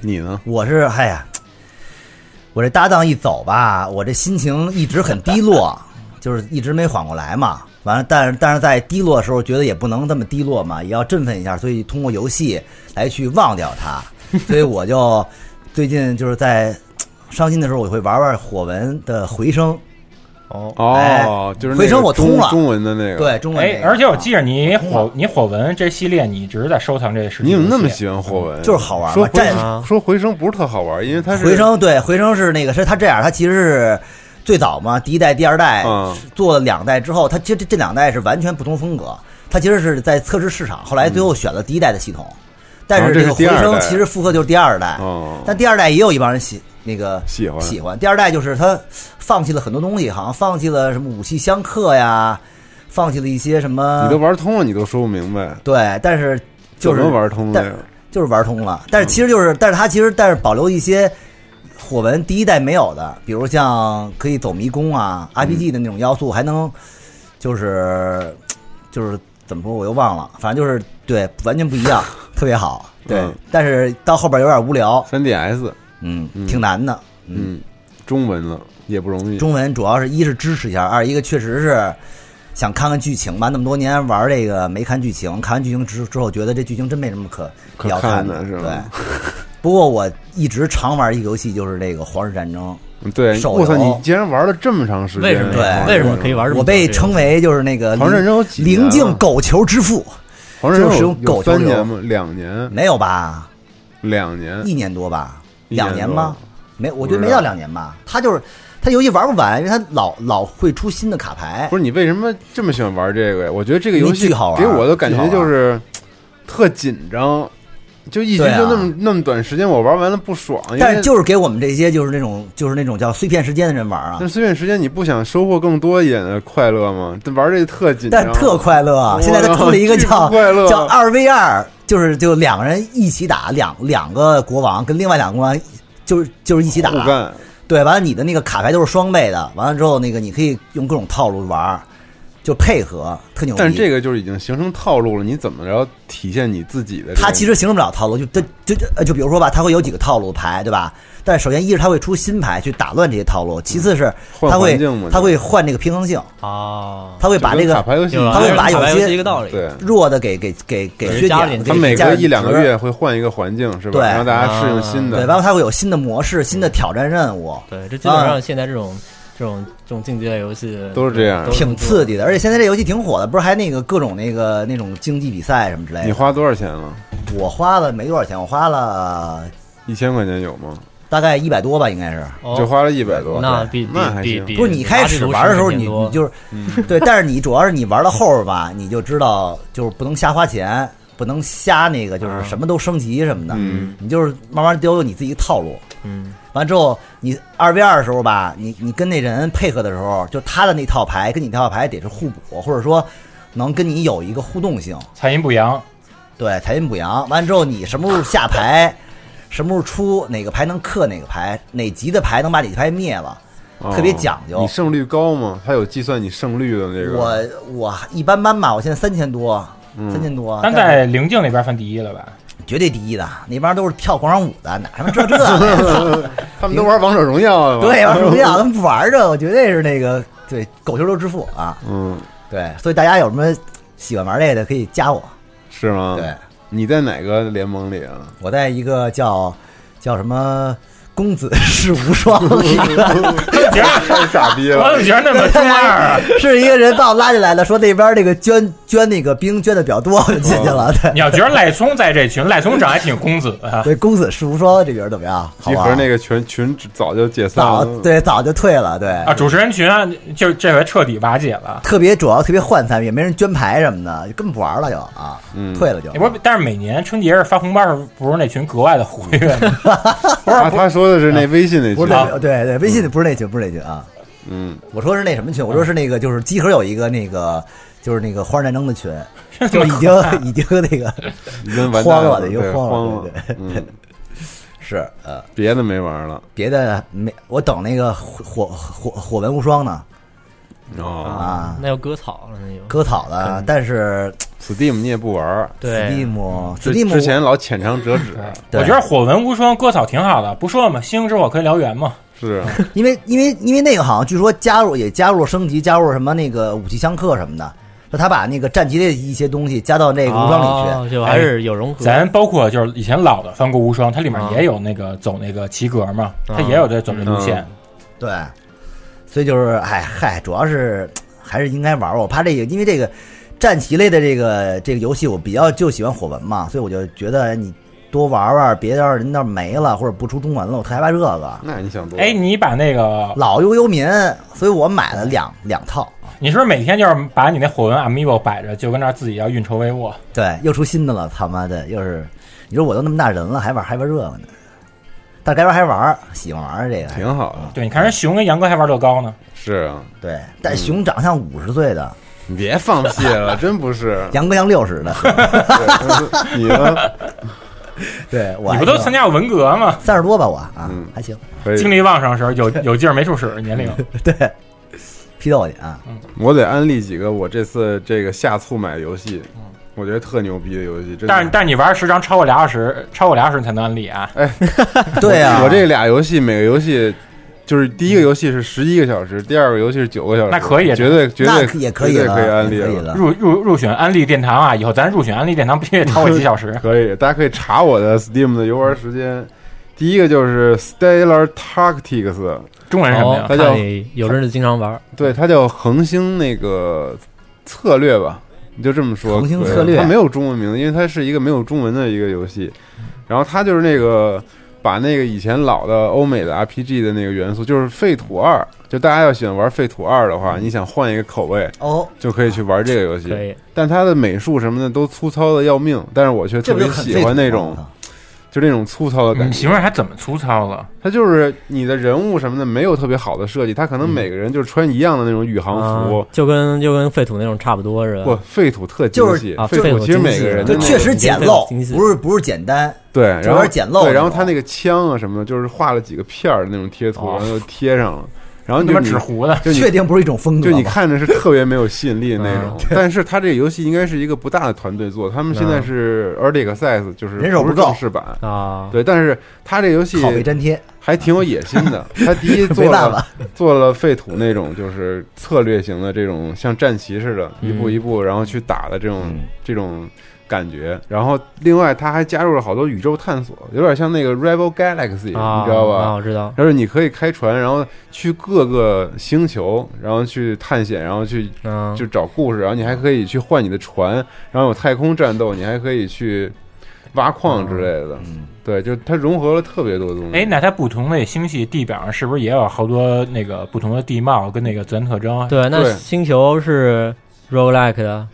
Speaker 4: 你呢？
Speaker 1: 我是哎呀，我这搭档一走吧，我这心情一直很低 落，就是一直没缓过来嘛。完了，但是但是在低落的时候，觉得也不能这么低落嘛，也要振奋一下，所以通过游戏来去忘掉 它。所以我就最近就是在伤心的时候，我会玩玩火纹的回声，
Speaker 9: 哦，
Speaker 4: 哦，就是那
Speaker 1: 哎回声
Speaker 4: 个
Speaker 1: 我通
Speaker 4: 中
Speaker 1: 了
Speaker 4: 中文的那个。，啊
Speaker 1: 对中文那
Speaker 8: 哎
Speaker 1: 个、，啊
Speaker 8: 而且我记着你火你火纹这系列，你一直在收藏这实体
Speaker 4: 你
Speaker 8: 游戏。
Speaker 4: 怎么那么喜欢霍文？
Speaker 1: 就是好玩
Speaker 4: 说
Speaker 1: 嘛，
Speaker 4: 回
Speaker 1: 战
Speaker 9: 啊
Speaker 4: 说回声不是特好玩，因为它是
Speaker 1: 回声对回声是那个是它这样，它其实是最早嘛，第一代、第二代、
Speaker 4: 嗯
Speaker 1: 做了两代之后，它其实这这两代是完全不同风格。它其实是在测试市场，后来最后选了第一代的系统，但
Speaker 4: 啊
Speaker 1: 是
Speaker 4: 嗯这
Speaker 1: 这
Speaker 4: 是
Speaker 1: 个
Speaker 4: 第
Speaker 1: 回
Speaker 4: 二
Speaker 1: 声
Speaker 4: 代
Speaker 1: 其实复刻就是第二代，
Speaker 4: 哦，
Speaker 1: 但第二代也有一帮人喜那个
Speaker 4: 喜欢
Speaker 1: 喜欢。第二代就是他放弃了很多东西，好像放弃了什么武器相克呀，放弃了一些什么
Speaker 4: 你都玩通了，你都说不明白，
Speaker 1: 对，但是就是
Speaker 4: 怎么玩通了呀？
Speaker 1: 就是玩通了。但是其实
Speaker 4: 嗯
Speaker 1: 就是，但是它其实但是保留一些火纹第一代没有的，比如像可以走迷宫啊、RPG
Speaker 4: 嗯
Speaker 1: 的那种要素，还能就是就是怎么说我又忘了，反正就是对完全不一 样，特别好。对
Speaker 4: 嗯，
Speaker 1: 但是到后边有点无聊，
Speaker 4: 三 DS，
Speaker 1: 嗯，
Speaker 4: 嗯
Speaker 1: 挺难的。嗯，
Speaker 4: 嗯，中文了也不容易。
Speaker 1: 中文主要是一是支持一下，二一个确实是。想看看剧情吧，那么多年玩这个没看剧情，看完剧情之之后觉得这剧情真没什么可
Speaker 4: 可
Speaker 1: 要
Speaker 4: 看
Speaker 1: 的
Speaker 4: 的是
Speaker 1: 对
Speaker 4: 吧，
Speaker 1: 不过我一直常玩一个游戏，就是那个《皇室战争
Speaker 4: 嗯对，
Speaker 1: 手游
Speaker 4: 我操，你竟然玩了这么长时间，
Speaker 9: 为什么
Speaker 1: 对
Speaker 9: 哎为什么可以玩这》，么久？
Speaker 1: 我被称为就是那个
Speaker 4: 黄战争有几年
Speaker 1: 灵
Speaker 4: 啊
Speaker 1: 境狗球之父，
Speaker 4: 黄仁
Speaker 1: 就
Speaker 4: 勇
Speaker 1: 是
Speaker 4: 有
Speaker 1: 用狗
Speaker 4: 有三
Speaker 1: 头流
Speaker 4: 年吗？两年，
Speaker 1: 没有吧？
Speaker 4: 两年，
Speaker 1: 一年多吧？
Speaker 4: 一年
Speaker 1: 两年
Speaker 4: 多
Speaker 1: 吗？没，我觉得
Speaker 4: 不
Speaker 1: 没
Speaker 4: 知道
Speaker 1: 到两年吧。他就是他游戏玩不完，因为他老老会出新的卡牌
Speaker 4: 不。是你为什么这么喜欢玩这个呀？我觉得这个游
Speaker 1: 那
Speaker 4: 戏
Speaker 1: 巨好玩
Speaker 4: 给我的感
Speaker 1: 巨好
Speaker 4: 觉
Speaker 1: 玩
Speaker 4: 就是特紧张，就一局
Speaker 1: 对啊
Speaker 4: 就那么那么短时间，我玩完了不爽，因
Speaker 1: 但是
Speaker 4: 为
Speaker 1: 就是给我们这些就是那种就是那种叫碎片时间的人玩啊
Speaker 4: 那，碎片时间你不想收获更多一点的快乐吗？这玩这特紧张，
Speaker 1: 但特快乐啊。
Speaker 4: 我
Speaker 1: 现在他出了一个
Speaker 4: 巨不
Speaker 1: 叫
Speaker 4: 快乐
Speaker 1: 叫二 v 二，就是就两个人一起打，两两个国王跟另外两个国王就是就是一起打
Speaker 4: 互，干，
Speaker 1: 对，完了你的那个卡牌都是双倍的，完了之后那个你可以用各种套路玩儿，就配合特牛逼。
Speaker 4: 但是这个就是已经形成套路了，你怎么着体现你自己的这种？
Speaker 1: 它其实形成不了套路，就就就就呃就比如说吧，它会有几个套路牌，对吧？但是首先一是它会出新牌去打乱这些套路，其次是
Speaker 4: 换
Speaker 1: 它会
Speaker 4: 环境嘛，
Speaker 1: 它会换这个平衡性，
Speaker 9: 哦，
Speaker 1: 它会
Speaker 4: 就
Speaker 1: 把
Speaker 4: 跟
Speaker 1: 这
Speaker 4: 卡
Speaker 1: 个
Speaker 4: 牌游戏
Speaker 9: 就
Speaker 4: 一
Speaker 9: 是
Speaker 4: 样
Speaker 1: 他会把
Speaker 9: 还是
Speaker 1: 有
Speaker 9: 卡牌游
Speaker 1: 些
Speaker 9: 戏一个道理，
Speaker 4: 对。
Speaker 1: 弱的给给给给
Speaker 9: 对
Speaker 1: 削
Speaker 9: 加
Speaker 1: 减
Speaker 9: 点，
Speaker 1: 给
Speaker 4: 他每
Speaker 1: 加
Speaker 4: 隔
Speaker 1: 点
Speaker 4: 一两个
Speaker 1: 值
Speaker 4: 月会换一个环境，是吧？
Speaker 1: 对啊
Speaker 4: 让大家适应新
Speaker 1: 对，
Speaker 4: 的。
Speaker 1: 然后它会有新的模式、新的挑战任务，
Speaker 9: 对，这基本
Speaker 1: 啊
Speaker 9: 上现在这种这种这种竞技类游戏
Speaker 4: 都是这样
Speaker 9: 都
Speaker 1: 挺刺激
Speaker 9: 的。
Speaker 1: 的。而且现在这游戏挺火的，不是还那个各种那个那种竞技比赛什么之类
Speaker 4: 你
Speaker 1: 的。
Speaker 4: 花多少钱了？
Speaker 1: 我花了没多少钱，我花了
Speaker 4: 一千块钱有吗？
Speaker 1: 大概一百多吧，应该是。
Speaker 9: 哦
Speaker 4: 就花了一百多，
Speaker 9: 那
Speaker 4: 对
Speaker 9: 比
Speaker 4: 那还
Speaker 9: 比
Speaker 4: 行
Speaker 9: 比比
Speaker 1: 不是你开始玩的时候，你你就是
Speaker 4: 嗯
Speaker 1: 对，但是你主要是你玩到后边吧，你就知道就是不能瞎花钱，不能瞎那个，就是什么都升级什么的，
Speaker 4: 嗯
Speaker 1: 你就是慢慢丢你自己套路。
Speaker 9: 嗯
Speaker 1: 完之后，你二 v 二的时候吧，你你跟那人配合的时候，就他的那套牌跟你那套牌得是互补，或者说能跟你有一个互动性，
Speaker 8: 采阴补阳，
Speaker 4: 啊
Speaker 1: 对，财阴补阳。完之后，你什么时候下牌，什么时候出哪个牌能克哪个牌，哪级的牌能把哪级牌灭了，
Speaker 4: 哦
Speaker 1: 特别讲究
Speaker 4: 你胜率高吗？它有计算你胜率的那个。
Speaker 1: 我我一般般吧，我现在三千多，
Speaker 4: 嗯
Speaker 1: 三千多，
Speaker 8: 但
Speaker 1: 是
Speaker 8: 在灵境那边算第一了吧？
Speaker 1: 绝对第一的，那帮人都是跳广场舞的，哪他妈这这 个？
Speaker 4: 他们都玩王者荣耀啊。
Speaker 1: 对，玩荣耀他们不玩这，我绝对是那个对狗球都致富啊！
Speaker 4: 嗯，
Speaker 1: 对，所以大家有什么喜欢玩这个的，可以加我。
Speaker 4: 是吗？
Speaker 1: 对，，
Speaker 4: 你在哪个联盟里 啊？
Speaker 1: 我在一个叫叫什么“公子是无 双”的一个，
Speaker 8: 行，
Speaker 4: 太傻逼
Speaker 8: 我
Speaker 4: 了！
Speaker 8: 怎么觉得那么中二啊？
Speaker 1: 是一个人把我拉进来的，说那边那个捐捐那个兵捐的比较多，我就进去了。
Speaker 4: 嗯
Speaker 1: 对
Speaker 8: 你要觉得赖聪在这群，赖聪长还挺公子啊的。
Speaker 1: 对，“公子是无双”这人怎么样？好啊
Speaker 4: 集
Speaker 1: 吧
Speaker 4: 合，那个群群早就解散
Speaker 1: 早
Speaker 4: 了。
Speaker 1: 对早就退了，对
Speaker 8: 嗯啊，主持人群啊，就这回彻底瓦解了。
Speaker 1: 特别主要特别涣散，也没人捐牌什么的，根本不玩了就啊，
Speaker 4: 嗯
Speaker 1: 退了就
Speaker 8: 也。不是，但是每年春节发红包时候，不是那群格外的活跃吗？不
Speaker 4: 他
Speaker 8: 是，不
Speaker 4: 啊他说的是那微信那
Speaker 1: 啊不
Speaker 4: 群
Speaker 1: 是。
Speaker 8: 啊
Speaker 1: 那对对，微信不是那群，不是那群啊。
Speaker 4: 嗯，
Speaker 1: 我说是那什么群？我说是那个，就是集合有一个那个，就是那个花儿战争的 群，就已经已经那个
Speaker 4: 已经完蛋
Speaker 1: 慌了已经
Speaker 4: 对
Speaker 1: 慌了
Speaker 4: 慌
Speaker 1: 对
Speaker 4: 了。嗯，
Speaker 1: 是呃，
Speaker 4: 别的没玩了。
Speaker 1: 别的没，我等那个火火火火纹无双呢
Speaker 4: 哦
Speaker 1: 啊，
Speaker 9: 那要割草了，那就
Speaker 1: 割草
Speaker 8: 嗯
Speaker 1: 的，但是
Speaker 4: ，Steam 你也不玩儿。
Speaker 9: 对
Speaker 1: Steam
Speaker 4: 之
Speaker 1: Steam
Speaker 4: 之前老浅尝辄 止，
Speaker 1: 对
Speaker 8: 嗯我觉得火纹无双割草挺好的，不说了吗？星之火可以燎原嘛？
Speaker 4: 是啊
Speaker 1: 因为因为因为那个好像据说加入也加入了升级，加入了什么那个武器相克什么的，说他把那个战旗的一些东西加到哎那个无双里去。
Speaker 9: 哦
Speaker 1: 哎
Speaker 9: 里去，就还是有融合。
Speaker 8: 咱包括就是以前老的三国无双，它里面也有那个走那个棋格嘛，
Speaker 1: 嗯
Speaker 8: 它也有这走这路线。
Speaker 1: 对，所以就是哎嗨，主要是还是应该玩玩，我怕这个，因为这个战棋类的这个这个游戏，我比较就喜欢火纹嘛，所以我就觉得你多玩玩，别要是人那儿没了或者不出中文了，我特害怕这个。
Speaker 4: 那你想多了？
Speaker 8: 哎，你把那个，
Speaker 1: 老悠悠民，所以我买了两两套，
Speaker 8: 你是不是每天就是把你那火纹 amiibo 摆着，就跟那儿自己要运筹帷幄？
Speaker 1: 对，又出新的了，他妈的，又是，你说我都那么大人了，还玩还玩这个呢？但该玩还玩，喜欢玩这个还
Speaker 4: 挺好的，
Speaker 8: 对，你看人熊跟杨哥还玩乐高呢，
Speaker 4: 是啊，
Speaker 1: 对。但熊长相五十岁的，。
Speaker 4: 你别放屁了，真不是
Speaker 1: 杨哥像六十的，
Speaker 4: 对你呢？
Speaker 1: 对我
Speaker 8: 你不都参加过文革吗？
Speaker 1: 三十多吧我啊
Speaker 4: 嗯，
Speaker 1: 还行，
Speaker 4: 可
Speaker 8: 精
Speaker 4: 以，
Speaker 8: 力旺盛的时候有有劲儿没处使，年龄。
Speaker 1: 批斗你啊，
Speaker 4: 我得安利几个我这次这个下促买游戏，
Speaker 1: 嗯
Speaker 4: 我觉得特牛逼的游戏。真的
Speaker 8: 但是但是你玩时长超过俩小时，超过俩小时你才能安利啊。
Speaker 1: 对啊，
Speaker 4: 我这俩游戏每个游戏。就是第一个游戏是十一个小时，第二个游戏是九个小时，
Speaker 8: 那可以
Speaker 4: 绝对绝
Speaker 1: 那
Speaker 4: 对
Speaker 1: 可也可以
Speaker 4: 绝对
Speaker 1: 了，
Speaker 4: 可以安利
Speaker 1: 也可以
Speaker 4: 了，。
Speaker 1: 了。
Speaker 8: 入入入选安利殿堂啊！以后咱入选安利殿堂必须得超过几小时
Speaker 4: 可以，大家可以查我的 Steam 的游玩时间。第一个就是 Stellar Tactics，
Speaker 8: 中文是什么
Speaker 9: 哦，
Speaker 8: 呀？
Speaker 4: 它
Speaker 9: 看
Speaker 4: 叫
Speaker 9: 你有阵子经常玩，
Speaker 4: 对，它叫恒星那个策略吧，你就这么说。
Speaker 1: 恒星
Speaker 4: 对
Speaker 1: 策略
Speaker 4: 它没有中文名字，因为它是一个没有中文的一个游戏。然后它就是那个把那个以前老的欧美的 RPG 的那个元素，就是废土二，就大家要喜欢玩废土二的话，
Speaker 1: 嗯
Speaker 4: 你想换一个口味，
Speaker 1: 哦，
Speaker 4: 就可以去玩这个游戏。
Speaker 9: 可以
Speaker 4: 但它的美术什么的都粗糙的要命，但是我却
Speaker 1: 这啊不
Speaker 4: 特
Speaker 1: 就
Speaker 4: 别
Speaker 1: 很
Speaker 4: 喜欢那种
Speaker 1: 废土吗
Speaker 4: 就那种粗糙的感
Speaker 8: 哦你
Speaker 4: 觉。
Speaker 8: 媳妇儿还怎么粗糙啊了？
Speaker 4: 它就是你的人物什么的没有特别好的设计，它可能每个人就是穿一样的那种宇航服
Speaker 9: 啊。就跟就跟废土那种差不多是
Speaker 4: 不
Speaker 9: 吧？，
Speaker 4: 废土特精细
Speaker 9: 就是啊，
Speaker 4: 废
Speaker 9: 废
Speaker 4: 土
Speaker 9: 土
Speaker 4: 其实
Speaker 9: 精
Speaker 4: 每
Speaker 9: 细
Speaker 4: 个人
Speaker 9: 啊
Speaker 4: 的
Speaker 1: 就
Speaker 4: 那
Speaker 1: 确
Speaker 4: 个
Speaker 1: 实简陋，不是不是简单。
Speaker 4: 对，
Speaker 1: 主
Speaker 4: 然
Speaker 1: 要
Speaker 4: 后
Speaker 1: 是简陋
Speaker 4: 对，然后
Speaker 1: 那种
Speaker 4: 它那个枪啊什么的，就是画了几个片儿那种贴图，
Speaker 6: 哦
Speaker 4: 然后就贴上了，然后
Speaker 8: 他
Speaker 4: 就
Speaker 8: 妈
Speaker 4: 你
Speaker 8: 纸糊的，
Speaker 4: 就你
Speaker 1: 确定不是一种风格
Speaker 4: 就
Speaker 1: 吗？
Speaker 4: 你看着是特别没有吸引力的那种。但是它这个游戏应该是一个不大的团队做，他们现在是 early access，就是
Speaker 1: 人手
Speaker 4: 不
Speaker 1: 不
Speaker 4: 是
Speaker 1: 够
Speaker 4: 正式版。
Speaker 9: 啊，
Speaker 4: 对，但是它这个游戏
Speaker 1: 拷贝粘贴，
Speaker 4: 还挺有野心 的。它第一做
Speaker 1: 没办
Speaker 4: 了
Speaker 1: 法
Speaker 4: 做了废土那种，就是策略型的这种像战棋似的，一步一步然后去打的这种
Speaker 1: 嗯
Speaker 4: 这种感觉。然后另外它还加入了好多宇宙探索，有点像那个 Rival Galaxy，你知
Speaker 9: 啊，
Speaker 4: 道吧？
Speaker 9: 啊，我知道，
Speaker 4: 就是你可以开船，然后去各个星球，然后去探险，然后去
Speaker 9: 嗯，
Speaker 4: 就找故事，然后你还可以去换你的船，然后有太空战斗，你还可以去挖矿之类的。
Speaker 1: 嗯，
Speaker 4: 对，就是它融合了特别多东西。
Speaker 8: 哎，那它不同的星系地表上是不是也有好多那个不同的地貌跟那个自然特征？
Speaker 9: 对，
Speaker 4: 对
Speaker 9: 那星球是 roguelike 的，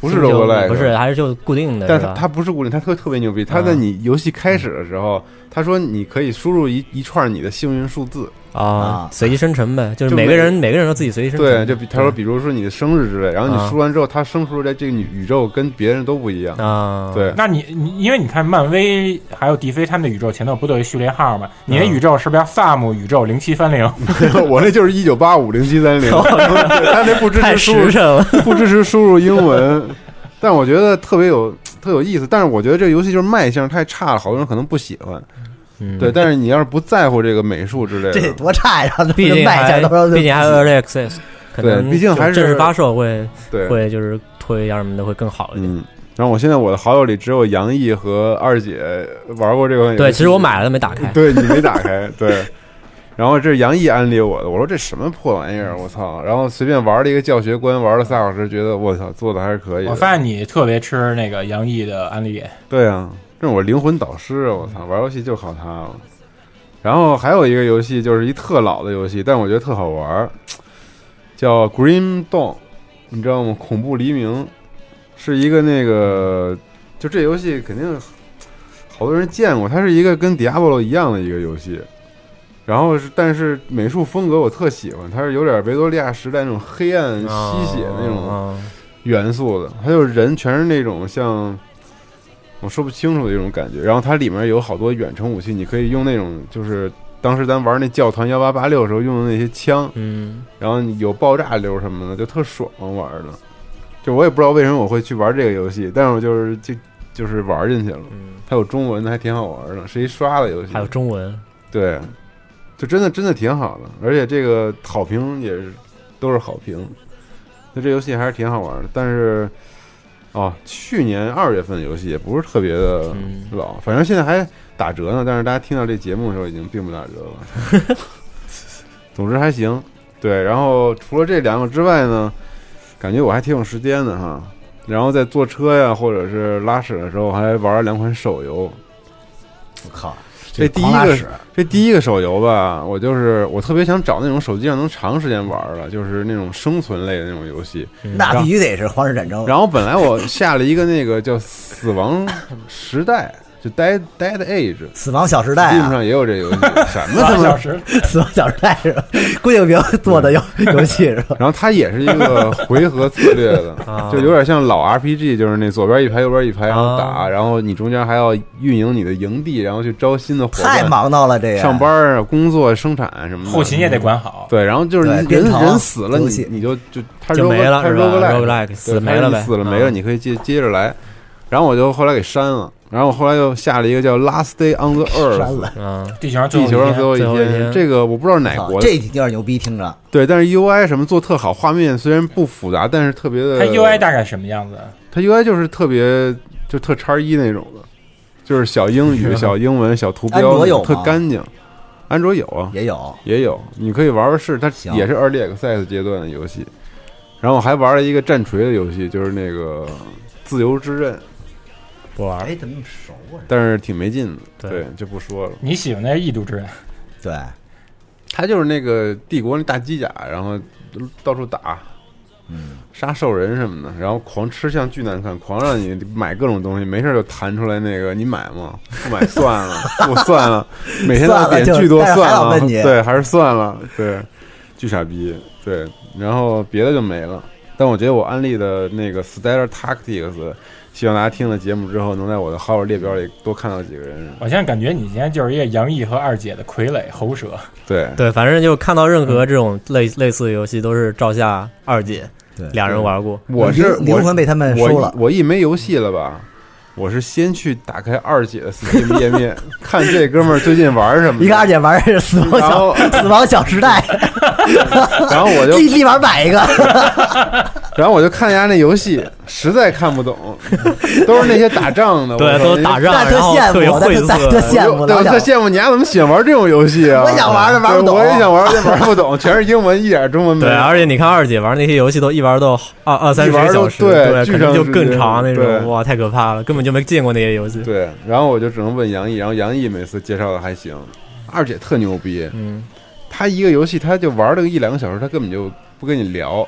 Speaker 4: 不是
Speaker 9: 星球
Speaker 4: roguelike
Speaker 9: 不是，还是就固定的，
Speaker 4: 但
Speaker 9: 是
Speaker 4: 它
Speaker 9: 吧啊
Speaker 4: 它不是固定，它特特别牛逼。它在你游戏开始的时
Speaker 9: 嗯
Speaker 4: 候，他说你可以输入一一串你的幸运数字，
Speaker 1: 啊
Speaker 9: 啊，随机生成呗，就是
Speaker 4: 就
Speaker 9: 每
Speaker 4: 每
Speaker 9: 个人每个人都自己随机生成，
Speaker 4: 对，就比他说比如说你的生日之类，然后你
Speaker 9: 啊
Speaker 4: 输完之后，它生出来这个宇宙跟别人都不一样。
Speaker 9: 啊，
Speaker 4: 对，
Speaker 8: 那你你因为你看漫威还有 DC 他们的宇宙前头不都有一序列号吗？你的宇宙是不是叫萨姆宇宙零七三零？
Speaker 4: 我那就是一九八五零七三 零，他那不支
Speaker 9: 太
Speaker 4: 持输入
Speaker 9: 实 诚了，
Speaker 4: 不支持输入英 文，但我觉得特别有特有意思。但是我觉得这个游戏就是卖相太差了，好多人可能不喜欢。
Speaker 9: 嗯
Speaker 4: 对，，但是你要是不在乎这个美术之类
Speaker 1: 这得
Speaker 4: 的，
Speaker 1: 多差呀！
Speaker 9: 毕竟
Speaker 1: 卖
Speaker 9: 还
Speaker 1: 下到时候
Speaker 9: 毕竟还有 early access，可
Speaker 4: 对
Speaker 9: 能
Speaker 4: 毕竟
Speaker 9: 就
Speaker 4: 还是
Speaker 9: 正式发售会
Speaker 4: 对，
Speaker 9: 会就是推啊什么的会更好一点。
Speaker 4: 嗯。然后我现在我的好友里只有杨毅和二姐玩过这个游戏。
Speaker 9: 对，其实我买了都没打开，
Speaker 4: 对你没打开，对。然后这是杨毅安利我的，我说这什么破玩意儿，我操！然后随便玩了一个教学关，玩了仨小时，觉得我操，做的还是可以的。
Speaker 8: 我发现你特别吃那个杨毅的安利，
Speaker 4: 对啊，这是我灵魂导师啊！我操，玩游戏就靠他了。然后还有一个游戏，就是一特老的游戏，但我觉得特好玩儿，叫《Green Dawn》，你知道吗？恐怖黎明是一个那个，就这游戏肯定好多人见过，它是一个跟 Diablo 一样的一个游戏。然后是，但是美术风格我特喜欢，它是有点维多利亚时代那种黑暗吸血那种
Speaker 9: 啊
Speaker 4: 元素的，它就是人全是那种像我说不清楚的一种感觉。然后它里面有好多远程武器，你可以用那种就是当时咱玩那教团幺八八六时候用的那些枪，
Speaker 9: 嗯，
Speaker 4: 然后有爆炸流什么的，就特爽玩的。就我也不知道为什么我会去玩这个游戏，但是我就是就就是玩进去了。它有中文的，还挺好玩的，是一刷的游戏
Speaker 9: 嗯还。有中文，
Speaker 4: 对，就真的真的挺好的，而且这个好评也是都是好评。那这游戏还是挺好玩的，但是哦，去年二月份的游戏也不是特别的
Speaker 9: 嗯
Speaker 4: 老，反正现在还打折呢。但是大家听到这节目的时候已经并不打折了。总之还行，对。然后除了这两个之外呢，感觉我还挺有时间的哈。然后在坐车呀，或者是拉屎的时候，还玩了两款手游。
Speaker 1: 我靠，
Speaker 4: 这第一
Speaker 1: 狂拉
Speaker 4: 个
Speaker 1: 屎
Speaker 4: 这第一个手游吧，我就是我特别想找那种手机上能长时间玩的，就是那种生存类的那种游戏。
Speaker 1: 那必须得是《皇室战争》，
Speaker 4: 嗯然后本来我下了一个那个叫《死亡时代》，就 Dead Dead Age。
Speaker 1: 死亡小时代》
Speaker 4: Steam
Speaker 1: 啊，
Speaker 4: 上也有这游戏， 什么他妈？
Speaker 8: 时
Speaker 1: 《死亡小时代》是吧？郭敬明做的游
Speaker 4: 嗯
Speaker 1: 游戏是 吧？
Speaker 4: 然后它也是一个回合策略的，
Speaker 9: 啊
Speaker 4: 就有点像老 RPG，就是那左边一排右边一排，然后打，
Speaker 9: 啊
Speaker 4: 然后你中间还要运营你的营地，然后去招新的伙
Speaker 1: 太
Speaker 4: 伴，
Speaker 1: 忙到了这个
Speaker 4: 上班儿啊、工作、生产什么的，
Speaker 8: 后勤也得管好。
Speaker 4: 对，然后就是人
Speaker 1: 对编程
Speaker 4: 人死了，
Speaker 1: 游
Speaker 4: 你
Speaker 1: 戏
Speaker 4: 你就就他
Speaker 9: 就没了
Speaker 4: 他
Speaker 9: 是吧
Speaker 4: roguelike
Speaker 9: roguelike，死没了呗
Speaker 4: 死了没了，
Speaker 9: 嗯
Speaker 4: 你可以接接着来。然后我就后来给删了，然后我后来又下了一个叫《Last Day on the
Speaker 1: 删
Speaker 4: Earth
Speaker 1: 了。
Speaker 9: 啊，
Speaker 8: 地球上》，最
Speaker 4: 地球上最
Speaker 8: 后一天
Speaker 4: 后一
Speaker 9: 最后一
Speaker 4: 天。
Speaker 9: 天
Speaker 4: 这个我不知道哪国
Speaker 1: 啊
Speaker 4: 的，
Speaker 1: 这有点牛逼，听着
Speaker 4: 对，但是 UI 什么做特好，画面虽然不复杂，但是特别的。
Speaker 8: 它 UI 大概什么样子？
Speaker 4: 它 UI 就是特别就特叉一那种的，就是小 英语、小英文、小图
Speaker 1: 安
Speaker 4: 标
Speaker 1: 卓有，吗
Speaker 4: 特干净。安卓有啊，
Speaker 1: 也有
Speaker 4: 也有，你可以玩玩试，它
Speaker 1: 行
Speaker 4: 也是 Early Access 阶段的游戏。然后我还玩了一个战锤的游戏，就是那个《自由之刃》，
Speaker 9: 不玩儿
Speaker 1: 哎，怎么那么熟啊？
Speaker 4: 但是挺没劲的，
Speaker 9: 对
Speaker 4: 对，就不说了。
Speaker 8: 你喜欢的是异度之刃，
Speaker 1: 对，
Speaker 4: 它就是那个帝国那大机甲，然后到处打，
Speaker 1: 嗯，
Speaker 4: 杀兽人什么的，然后狂吃相巨难看，狂让你买各种东西，没事就弹出来那个你买吗？不买算了，不算了，每天都点
Speaker 1: 算了就
Speaker 4: 巨多
Speaker 1: 但是还
Speaker 4: 算
Speaker 1: 要
Speaker 4: 了，
Speaker 1: 问你
Speaker 4: 对，还是算了，对，巨傻逼，对，然后别的就没了。但我觉得我安利的那个 Stellar Tactics，希望大家听了节目之后，能在我的好友列表里多看到几个人。
Speaker 8: 我现在感觉你现在就是一个杨毅和二姐的傀儡喉舌，
Speaker 4: 对，
Speaker 9: 对，反正就看到任何这种类类似的游戏，都是照下二姐
Speaker 1: 对
Speaker 9: 俩人玩过。
Speaker 4: 我是
Speaker 1: 灵灵魂被他们
Speaker 4: 我
Speaker 1: 收了。
Speaker 4: 我一没游戏了吧，我是先去打开二姐的 Steam 页面， 看这哥们儿最近玩什么。
Speaker 1: 一个二，姐玩是《死亡
Speaker 4: 然
Speaker 1: 小
Speaker 4: 后
Speaker 1: 死亡小时代》，
Speaker 4: 然后 我就
Speaker 1: 立立马买一个。
Speaker 4: 然后我就看人家那游戏，实在看不懂， 都是那些打仗的，
Speaker 9: 对
Speaker 4: 我，操哎
Speaker 9: 都是打。仗，
Speaker 1: 那特
Speaker 9: 然后
Speaker 1: 羡慕
Speaker 9: 特别
Speaker 1: 那特那
Speaker 9: 晦
Speaker 1: 特
Speaker 9: 涩。
Speaker 1: 羡慕
Speaker 4: 我就对，
Speaker 1: 老
Speaker 4: 我
Speaker 1: 蒋
Speaker 4: 特羡慕你丫怎么喜欢玩这种游戏啊！
Speaker 1: 我想玩但玩不
Speaker 4: 对我也
Speaker 1: 懂
Speaker 4: 想玩，但玩不懂，全是英文，一点中文没
Speaker 9: 对，
Speaker 4: 有。
Speaker 9: 而且你看二姐玩那些游戏都一玩都二二三十
Speaker 4: 一玩
Speaker 9: 个
Speaker 4: 都
Speaker 9: 小时，
Speaker 4: 对
Speaker 9: 对，
Speaker 4: 巨
Speaker 9: 肯定
Speaker 4: 长
Speaker 9: 就
Speaker 4: 时
Speaker 9: 更
Speaker 4: 间
Speaker 9: 长那
Speaker 4: 对
Speaker 9: 种，哇，太可怕了，根本就没见过那些游 戏。
Speaker 4: 对，然后我就只能问杨毅，然后杨毅每次介绍的还行，二姐特牛逼，
Speaker 9: 嗯，
Speaker 4: 她一个游戏她就玩了个一两个小时，她根本就不跟你聊，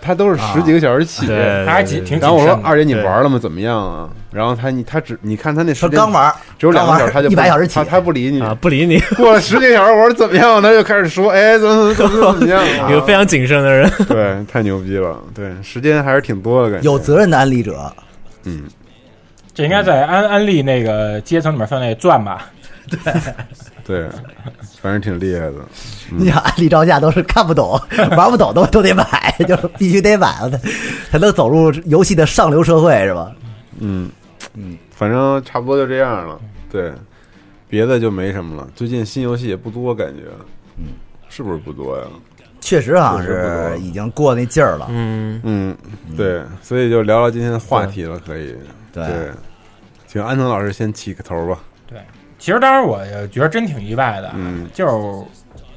Speaker 4: 她都是十几个小时起。
Speaker 9: 啊对，
Speaker 8: 他还
Speaker 9: 对
Speaker 8: 挺
Speaker 4: 呃
Speaker 8: 挺谨
Speaker 4: 然后我说
Speaker 8: 慎的。
Speaker 4: 二姐你
Speaker 9: 对
Speaker 4: 玩了吗？怎么样啊？然后她你她只你看她那时
Speaker 1: 他
Speaker 4: 间
Speaker 1: 刚玩，
Speaker 4: 只有两个小时，
Speaker 1: 刚玩
Speaker 4: 她就
Speaker 1: 100小时起
Speaker 4: 她她不理你。
Speaker 9: 啊，不理你，
Speaker 4: 过了十几个小时，我说怎么样？她就开始说，哎，怎么怎么怎么怎么样、啊
Speaker 9: 一个非常谨慎 的人。
Speaker 4: 对，太牛逼了，对，时间还是挺多的感觉。
Speaker 1: 有责任的安利者，
Speaker 4: 嗯，
Speaker 8: 这应该在安安利那个阶层里面分类钻吧？
Speaker 4: 对，反正挺厉害的。
Speaker 1: 你想安利招架都是看不 懂、玩不懂都都得买， 就是必须得买了，才能走入游戏的上流社会，是吧？
Speaker 4: 嗯，嗯，反正差不多就这样了。
Speaker 1: 嗯
Speaker 4: 对，别的就没什么了。最近新游戏也不多，感觉，
Speaker 1: 嗯，
Speaker 4: 是不是不多呀？
Speaker 1: 确实好像
Speaker 4: 确实不
Speaker 1: 是
Speaker 4: 多
Speaker 1: 已经过那劲儿了。
Speaker 9: 嗯，
Speaker 4: 嗯，对，所以就聊聊今天的话题了，可以。
Speaker 1: 对
Speaker 4: 对，请安藤老师先起个头吧。
Speaker 8: 其实当时我也觉得真挺意外的，啊
Speaker 4: 嗯
Speaker 8: 就是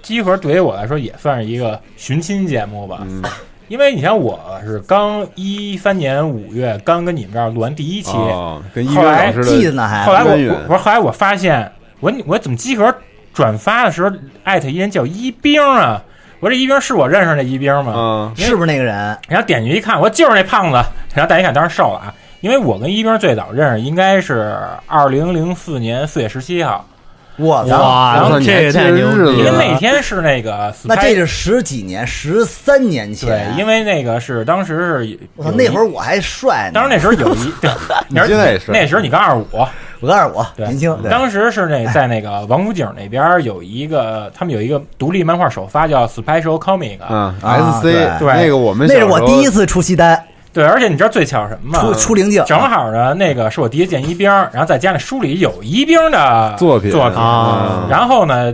Speaker 8: 集合对于我来说也算是一个寻亲节目吧，
Speaker 4: 嗯，
Speaker 8: 因为你像我是刚一三年五月刚跟你们这儿录完第一期，
Speaker 4: 哦，跟一
Speaker 8: 后
Speaker 4: 哥
Speaker 8: 来
Speaker 4: 老师
Speaker 1: 记得
Speaker 4: 的，
Speaker 1: 呢还，
Speaker 8: 后来我
Speaker 4: 渊源
Speaker 8: 我我后来我发现，我我怎么集合转发的时候艾特一人叫一兵啊？我这一兵是我认识的一兵吗？
Speaker 4: 啊，
Speaker 1: 是不是那个人？
Speaker 8: 然后点进去一看，我就是那胖子。然后大家一看，当然瘦了啊，因为我跟一兵最早认识应该是二零零四年四月十七号，
Speaker 1: 我操！
Speaker 9: 哇，
Speaker 8: 然后
Speaker 9: 这也太牛逼
Speaker 8: 因为
Speaker 4: 对
Speaker 8: 那
Speaker 9: 了！
Speaker 8: 天是那个
Speaker 1: 那这
Speaker 8: Sky-
Speaker 1: 是十几年、十三年
Speaker 8: 对，
Speaker 1: 前，
Speaker 8: 因为那个是当时是有
Speaker 1: 我操，那会
Speaker 8: 一
Speaker 1: 儿我还帅呢。
Speaker 8: 当时那时候 有一对，
Speaker 4: 你现在也是
Speaker 8: 那时候你刚二十五，
Speaker 1: 我告诉我
Speaker 8: 对
Speaker 1: 年轻，对
Speaker 8: 当时 是那在那个王府井那边儿有一个，他们有一个独立漫画首发叫 Special Comic，、
Speaker 4: 啊
Speaker 1: 啊
Speaker 4: ，S C，
Speaker 8: 对
Speaker 4: 那个我们
Speaker 1: 那是我第一
Speaker 4: 次
Speaker 1: 次出西单，
Speaker 8: 对，而且你知道最巧什么
Speaker 4: 啊
Speaker 8: 吗？
Speaker 1: 出出灵境，
Speaker 8: 正好呢，那个是我第一次见一兵，然后在家里书里有一兵的
Speaker 4: 作品
Speaker 8: 作品，
Speaker 9: 啊
Speaker 8: 然后呢，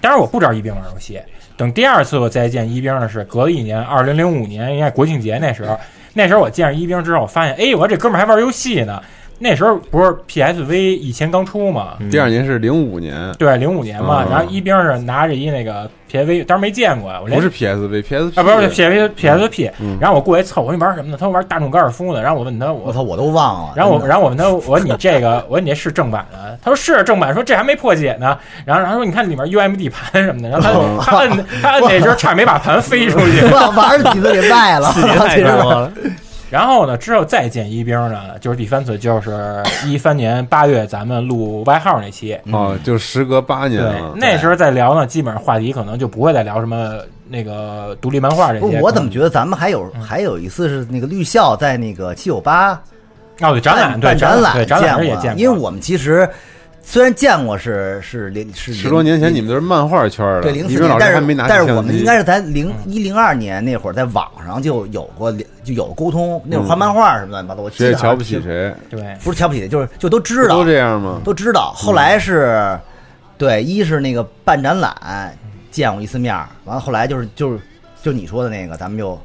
Speaker 8: 当然我不知道一兵玩游戏，等第二次我再见一兵的是隔了一年，二零零五年应该国庆节那时候，那时候我见着一兵之后，我发现，哎，我说这哥们儿还玩游戏呢。那时候不是 PSV 以前刚出嘛，
Speaker 4: 第二年是零五年，
Speaker 8: 对，零五年嘛，
Speaker 4: 嗯
Speaker 8: 然后一兵是拿着一那个 PSV，当时没见过，啊我连
Speaker 4: 不是 P S V，P S
Speaker 8: 啊，不是 PSV PSP，、
Speaker 4: 嗯
Speaker 8: 然后我过去凑，我说你玩什么呢？他说玩大众高尔夫呢。然后我问他，
Speaker 1: 我
Speaker 8: 我，
Speaker 1: 操，我都忘了。
Speaker 8: 然后我，
Speaker 1: 真的
Speaker 8: 然后我问他，我说你这个，我说你这是正版的？他说是正版，说这还没破解呢。然后，然后说你看里面 UMD 盘什么的，然
Speaker 4: 哦
Speaker 8: 后他 他摁他摁那时候差点没把盘飞出去。
Speaker 1: 忘玩儿几次给卖 了，
Speaker 9: 细节太
Speaker 1: 其实
Speaker 9: 多了，
Speaker 8: 然后呢，之后再见一兵呢，就是第三次，就是一三年八月咱们录外号那期，
Speaker 4: 哦，就时隔八年了，
Speaker 8: 那时候再聊呢，基本上话题可能就不会再聊什么那个独立漫画这
Speaker 1: 不
Speaker 8: 些。嗯
Speaker 1: 是我怎么觉得咱们还有还有一次是那个绿校在那个七九八
Speaker 8: 得？哦，对，展览，对
Speaker 1: 办展
Speaker 8: 览，对展览时也
Speaker 1: 见
Speaker 8: 见过，
Speaker 1: 因为我们其实虽然见过是是零是
Speaker 4: 十多年前你们都是漫画圈的，
Speaker 1: 对零
Speaker 4: 一
Speaker 1: 四
Speaker 4: 鸣
Speaker 1: 年
Speaker 4: 老，师
Speaker 1: 但
Speaker 4: 还没
Speaker 1: 是
Speaker 4: 拿起
Speaker 1: 但
Speaker 4: 相机，
Speaker 1: 是我们应该是在零一零二年那会儿在网上就有过就有沟通，那会儿画漫画什么乱七八糟，我记
Speaker 4: 谁
Speaker 1: 得
Speaker 4: 也
Speaker 1: 好像
Speaker 4: 嗯瞧不起谁，
Speaker 8: 对。
Speaker 1: 不是瞧不起，就是就都知道
Speaker 4: 都这样嗯吗？
Speaker 1: 都知道。后来是，对，一是那个办展览见过一次面儿，完了后来就是就是就你说的那个，咱们就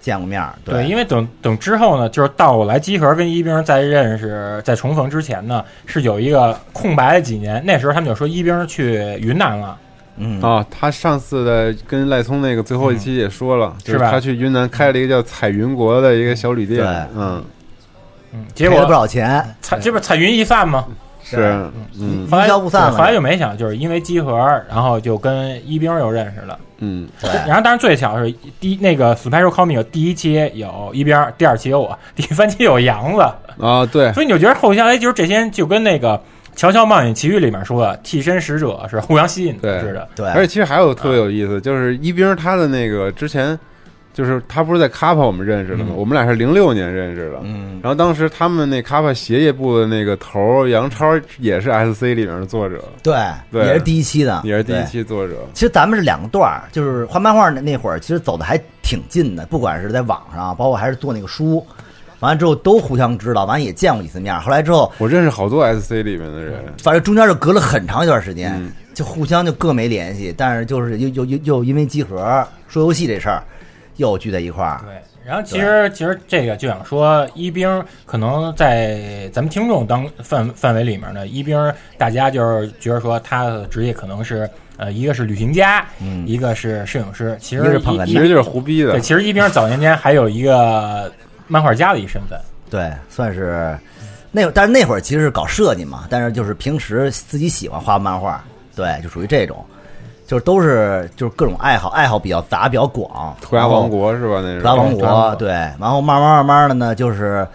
Speaker 1: 见过面儿。
Speaker 8: 对，因
Speaker 1: 为
Speaker 8: 为等等之后呢，就是到我来集合跟一兵再认识、再重逢之前呢，是有一个空白的几年。那时候他们就说一兵去云南了，
Speaker 1: 嗯
Speaker 4: 啊，他上次的跟赖聪那个最后一期也说了，就是是
Speaker 8: 嗯吧
Speaker 4: 他去云南开了一个叫彩云国的一个小旅店
Speaker 1: 对，
Speaker 4: 嗯，
Speaker 8: 嗯，结
Speaker 1: 赔了不
Speaker 8: 果
Speaker 1: 少钱，
Speaker 8: 彩这不彩云易散吗？
Speaker 2: 是，嗯
Speaker 1: 云消不散
Speaker 8: 后来
Speaker 1: 了。
Speaker 8: 就没想，就是因为集合，然后就跟一冰又认识了。
Speaker 2: 嗯，
Speaker 1: 对，
Speaker 8: 然后当然最巧是第一那个 Special Comic 第一期有一边，第二期有我，第三期有杨子，
Speaker 2: 啊，对，
Speaker 8: 所以你就觉得后下来就是这些人就跟那个《乔乔冒险奇遇》里面说的替身使者是互相吸引
Speaker 2: 对
Speaker 8: 的似的。
Speaker 1: 对，啊
Speaker 2: 而且其实还有特别有意思，就是一冰他的那个之前，就是他不是在卡帕我们认识的吗？
Speaker 8: 嗯
Speaker 2: 我们俩是零六年认识的。
Speaker 1: 嗯，
Speaker 2: 然后当时他们那卡帕鞋业部的那个头儿杨超也是 SC 里面的作者，
Speaker 1: 对，
Speaker 2: 对
Speaker 1: 也是第一期的，
Speaker 2: 也是第一
Speaker 1: 对
Speaker 2: 期作者。
Speaker 1: 其实咱们是两个段儿，就是画漫画那那会儿，其实走的还挺近的，不管是在网上，包括还是做那个书，完了之后都互相知道，完了也见过几次面儿。后来之后，
Speaker 2: 我认识好多 SC 里面的人，
Speaker 1: 反正中间就隔了很长一段时间，
Speaker 2: 嗯
Speaker 1: 就互相就各没联系，但是就是又又又又因为集合说游戏这事儿又聚在一块儿。
Speaker 8: 对，然后其实其实这个就想说，一兵可能在咱们听众当范范围里面呢，一兵大家就是觉得说他的职业可能是呃，一个是旅行家，
Speaker 1: 嗯
Speaker 8: 一个是摄影师，其实
Speaker 1: 一个是胖哥
Speaker 8: 一
Speaker 2: 其实就是胡逼的
Speaker 8: 对，。其实一兵早年间还有一个漫画家的一身份，
Speaker 1: 对，算是那会儿，但是那会儿其实是搞设计嘛，但是就是平时自己喜欢画漫画，对，就属于这种，就是都是就是各种爱好，爱好比较杂，比较广。
Speaker 2: 涂鸦王国是吧？那是
Speaker 1: 然后，涂鸦王
Speaker 2: 涂鸦
Speaker 1: 国对，然后慢慢慢慢的呢，就是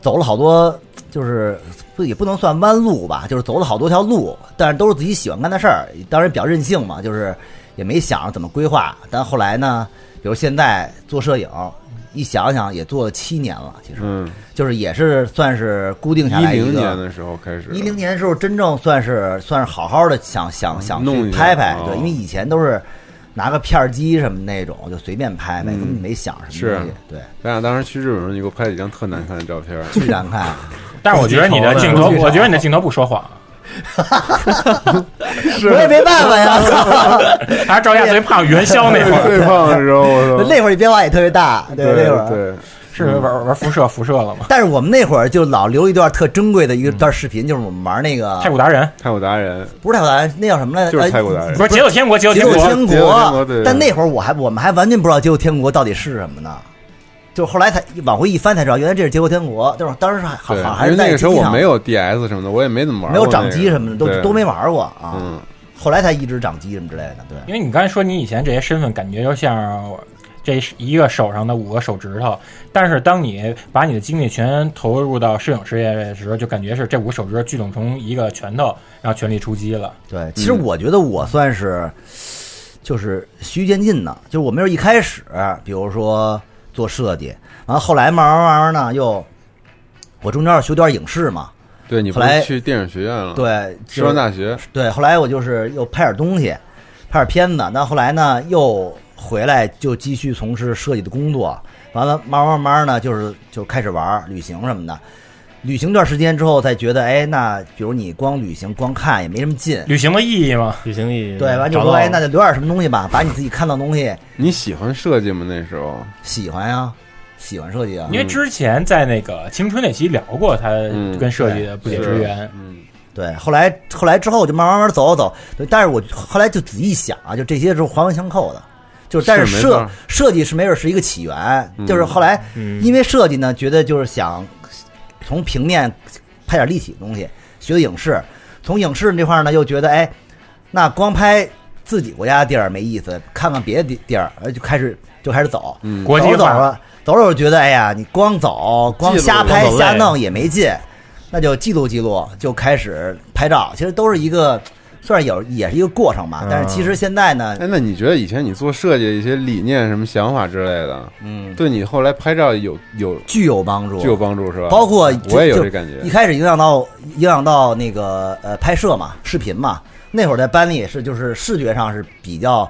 Speaker 1: 走了好多，就是不也不能算弯路吧，就是走了好多条路，但是都是自己喜欢干的事儿，当然比较任性嘛，就是也没想着怎么规划。但后来呢，比如现在做摄影，一想想也做了七年了，其实。
Speaker 2: 嗯，
Speaker 1: 就是也是算是固定下
Speaker 2: 一
Speaker 1: 来一
Speaker 2: 零年
Speaker 1: 个。
Speaker 2: 的时候开始，
Speaker 1: 一零年的时候，真正算是算是好好的想想想
Speaker 2: 嗯弄
Speaker 1: 去
Speaker 2: 一下
Speaker 1: 拍拍，
Speaker 2: 哦
Speaker 1: 对，因为以前都是拿个片儿机什么那种就随便拍拍，根本没想什么东西
Speaker 2: 嗯是。啊
Speaker 1: 对，
Speaker 2: 咱俩当时去日本的时候，你给我拍了几张特难看的照片，
Speaker 1: 巨难 看，
Speaker 8: 但是我觉得你的镜头，我觉得你的镜头不说谎，
Speaker 1: 我也没办法呀。
Speaker 8: 还啊是赵夏最胖元宵那会儿，
Speaker 2: 最胖的时候，我操，
Speaker 1: 那会儿变化也特别大，对那会儿。
Speaker 2: 对，
Speaker 8: 是玩玩辐射辐射了吗？
Speaker 1: 但是我们那会儿就老留一段特珍贵的一个
Speaker 2: 嗯
Speaker 1: 段视频，就是我们玩那个
Speaker 8: 太古达人
Speaker 2: 太古达人
Speaker 1: 不是太古达人，那叫什么来着？
Speaker 2: 就是
Speaker 1: 呃
Speaker 2: 太古达人
Speaker 8: 不。是解锁天国，解锁
Speaker 1: 解
Speaker 8: 天
Speaker 1: 锁
Speaker 8: 国，
Speaker 1: 天
Speaker 2: 解锁天国对
Speaker 1: 但那会儿我还我们还完全不知道《解锁天国》到底是什么呢，就后来才往回一翻才知道，原来这是《解锁天国》，就是当时还好
Speaker 2: 对，
Speaker 1: 好还是
Speaker 2: 因为
Speaker 1: 在
Speaker 2: 那个时候
Speaker 1: 机
Speaker 2: 我
Speaker 1: 上
Speaker 2: 没有 DS 什么的，我也没怎么玩
Speaker 1: 没
Speaker 2: 过
Speaker 1: 有
Speaker 2: 那
Speaker 1: 掌
Speaker 2: 个，
Speaker 1: 机什么的，
Speaker 2: 对
Speaker 1: 都都没玩过啊。
Speaker 2: 嗯，
Speaker 1: 后来才一直掌机什么之类的，对
Speaker 8: 因为你刚才说你以前这些身份，感觉就像这一个手上的五个手指头，但是当你把你的精力全投入到摄影事业的时候，就感觉是这五个手指头聚拢成一个拳头，然后全力出击了。
Speaker 1: 对。其实我觉得我算是就是循序渐进的，就是我没有一开始，比如说做设计，然后后来慢慢慢慢呢又。我中间要学点影视嘛，
Speaker 2: 对你不
Speaker 1: 后来
Speaker 2: 是去电影学院了？，
Speaker 1: 对，
Speaker 2: 师范大学，
Speaker 1: 对，后来我就是又拍点东西，拍点片子。那后来呢，又回来就继续从事设计的工作。完了，慢慢慢慢呢，就是就开始玩儿旅行什么的。旅行一段时间之后，才觉得，哎，那比如你光旅行光看也没什么劲。
Speaker 8: 旅行的意义嘛，
Speaker 9: 旅行意
Speaker 1: 对，完就
Speaker 9: 嗯找
Speaker 1: 说，
Speaker 9: 到
Speaker 1: 哎，那就留点什么东西吧，把你自己看到的东西
Speaker 2: 你喜欢设计吗？那时候
Speaker 1: 喜欢呀、喜欢设计啊
Speaker 8: 因。为之前在那个青春那期聊过他
Speaker 2: 嗯
Speaker 8: 跟设计的不解之缘，
Speaker 2: 嗯，
Speaker 1: 对，后来后来之后就慢慢慢慢走走走，对，但是我后来就仔细想啊，就这些是环环相扣的，就是但
Speaker 2: 是没
Speaker 1: 设
Speaker 2: 错
Speaker 1: 设计是没准是一个起源，
Speaker 2: 嗯
Speaker 1: 就是后来
Speaker 8: 嗯
Speaker 1: 因为设计呢，觉得就是想从平面拍点立体的东西，学的影视，从影视这块呢又觉得哎，那光拍自己国家地儿没意思，看看别的地地儿，呃就开始就开始走，
Speaker 2: 嗯
Speaker 8: 国际
Speaker 1: 走着走
Speaker 8: 化。
Speaker 1: 着走着我觉得，哎呀，你光走光瞎拍
Speaker 9: 记录
Speaker 1: 瞎弄也没劲，那就记录记录，就开始拍照。其实都是一个，算是有也是一个过程吧。但是其实现在
Speaker 4: 嗯
Speaker 1: 呢，
Speaker 2: 哎，那你觉得以前你做设计一些理念、什么想法之类的，
Speaker 1: 嗯，
Speaker 2: 对你后来拍照有有
Speaker 1: 具有帮助，
Speaker 2: 具有帮助是吧？
Speaker 1: 包括
Speaker 2: 我也有
Speaker 1: 就
Speaker 2: 这感觉
Speaker 1: 一，开始影响到影响到那个呃拍摄嘛，视频嘛。那会儿在班里也是，就是视觉上是比较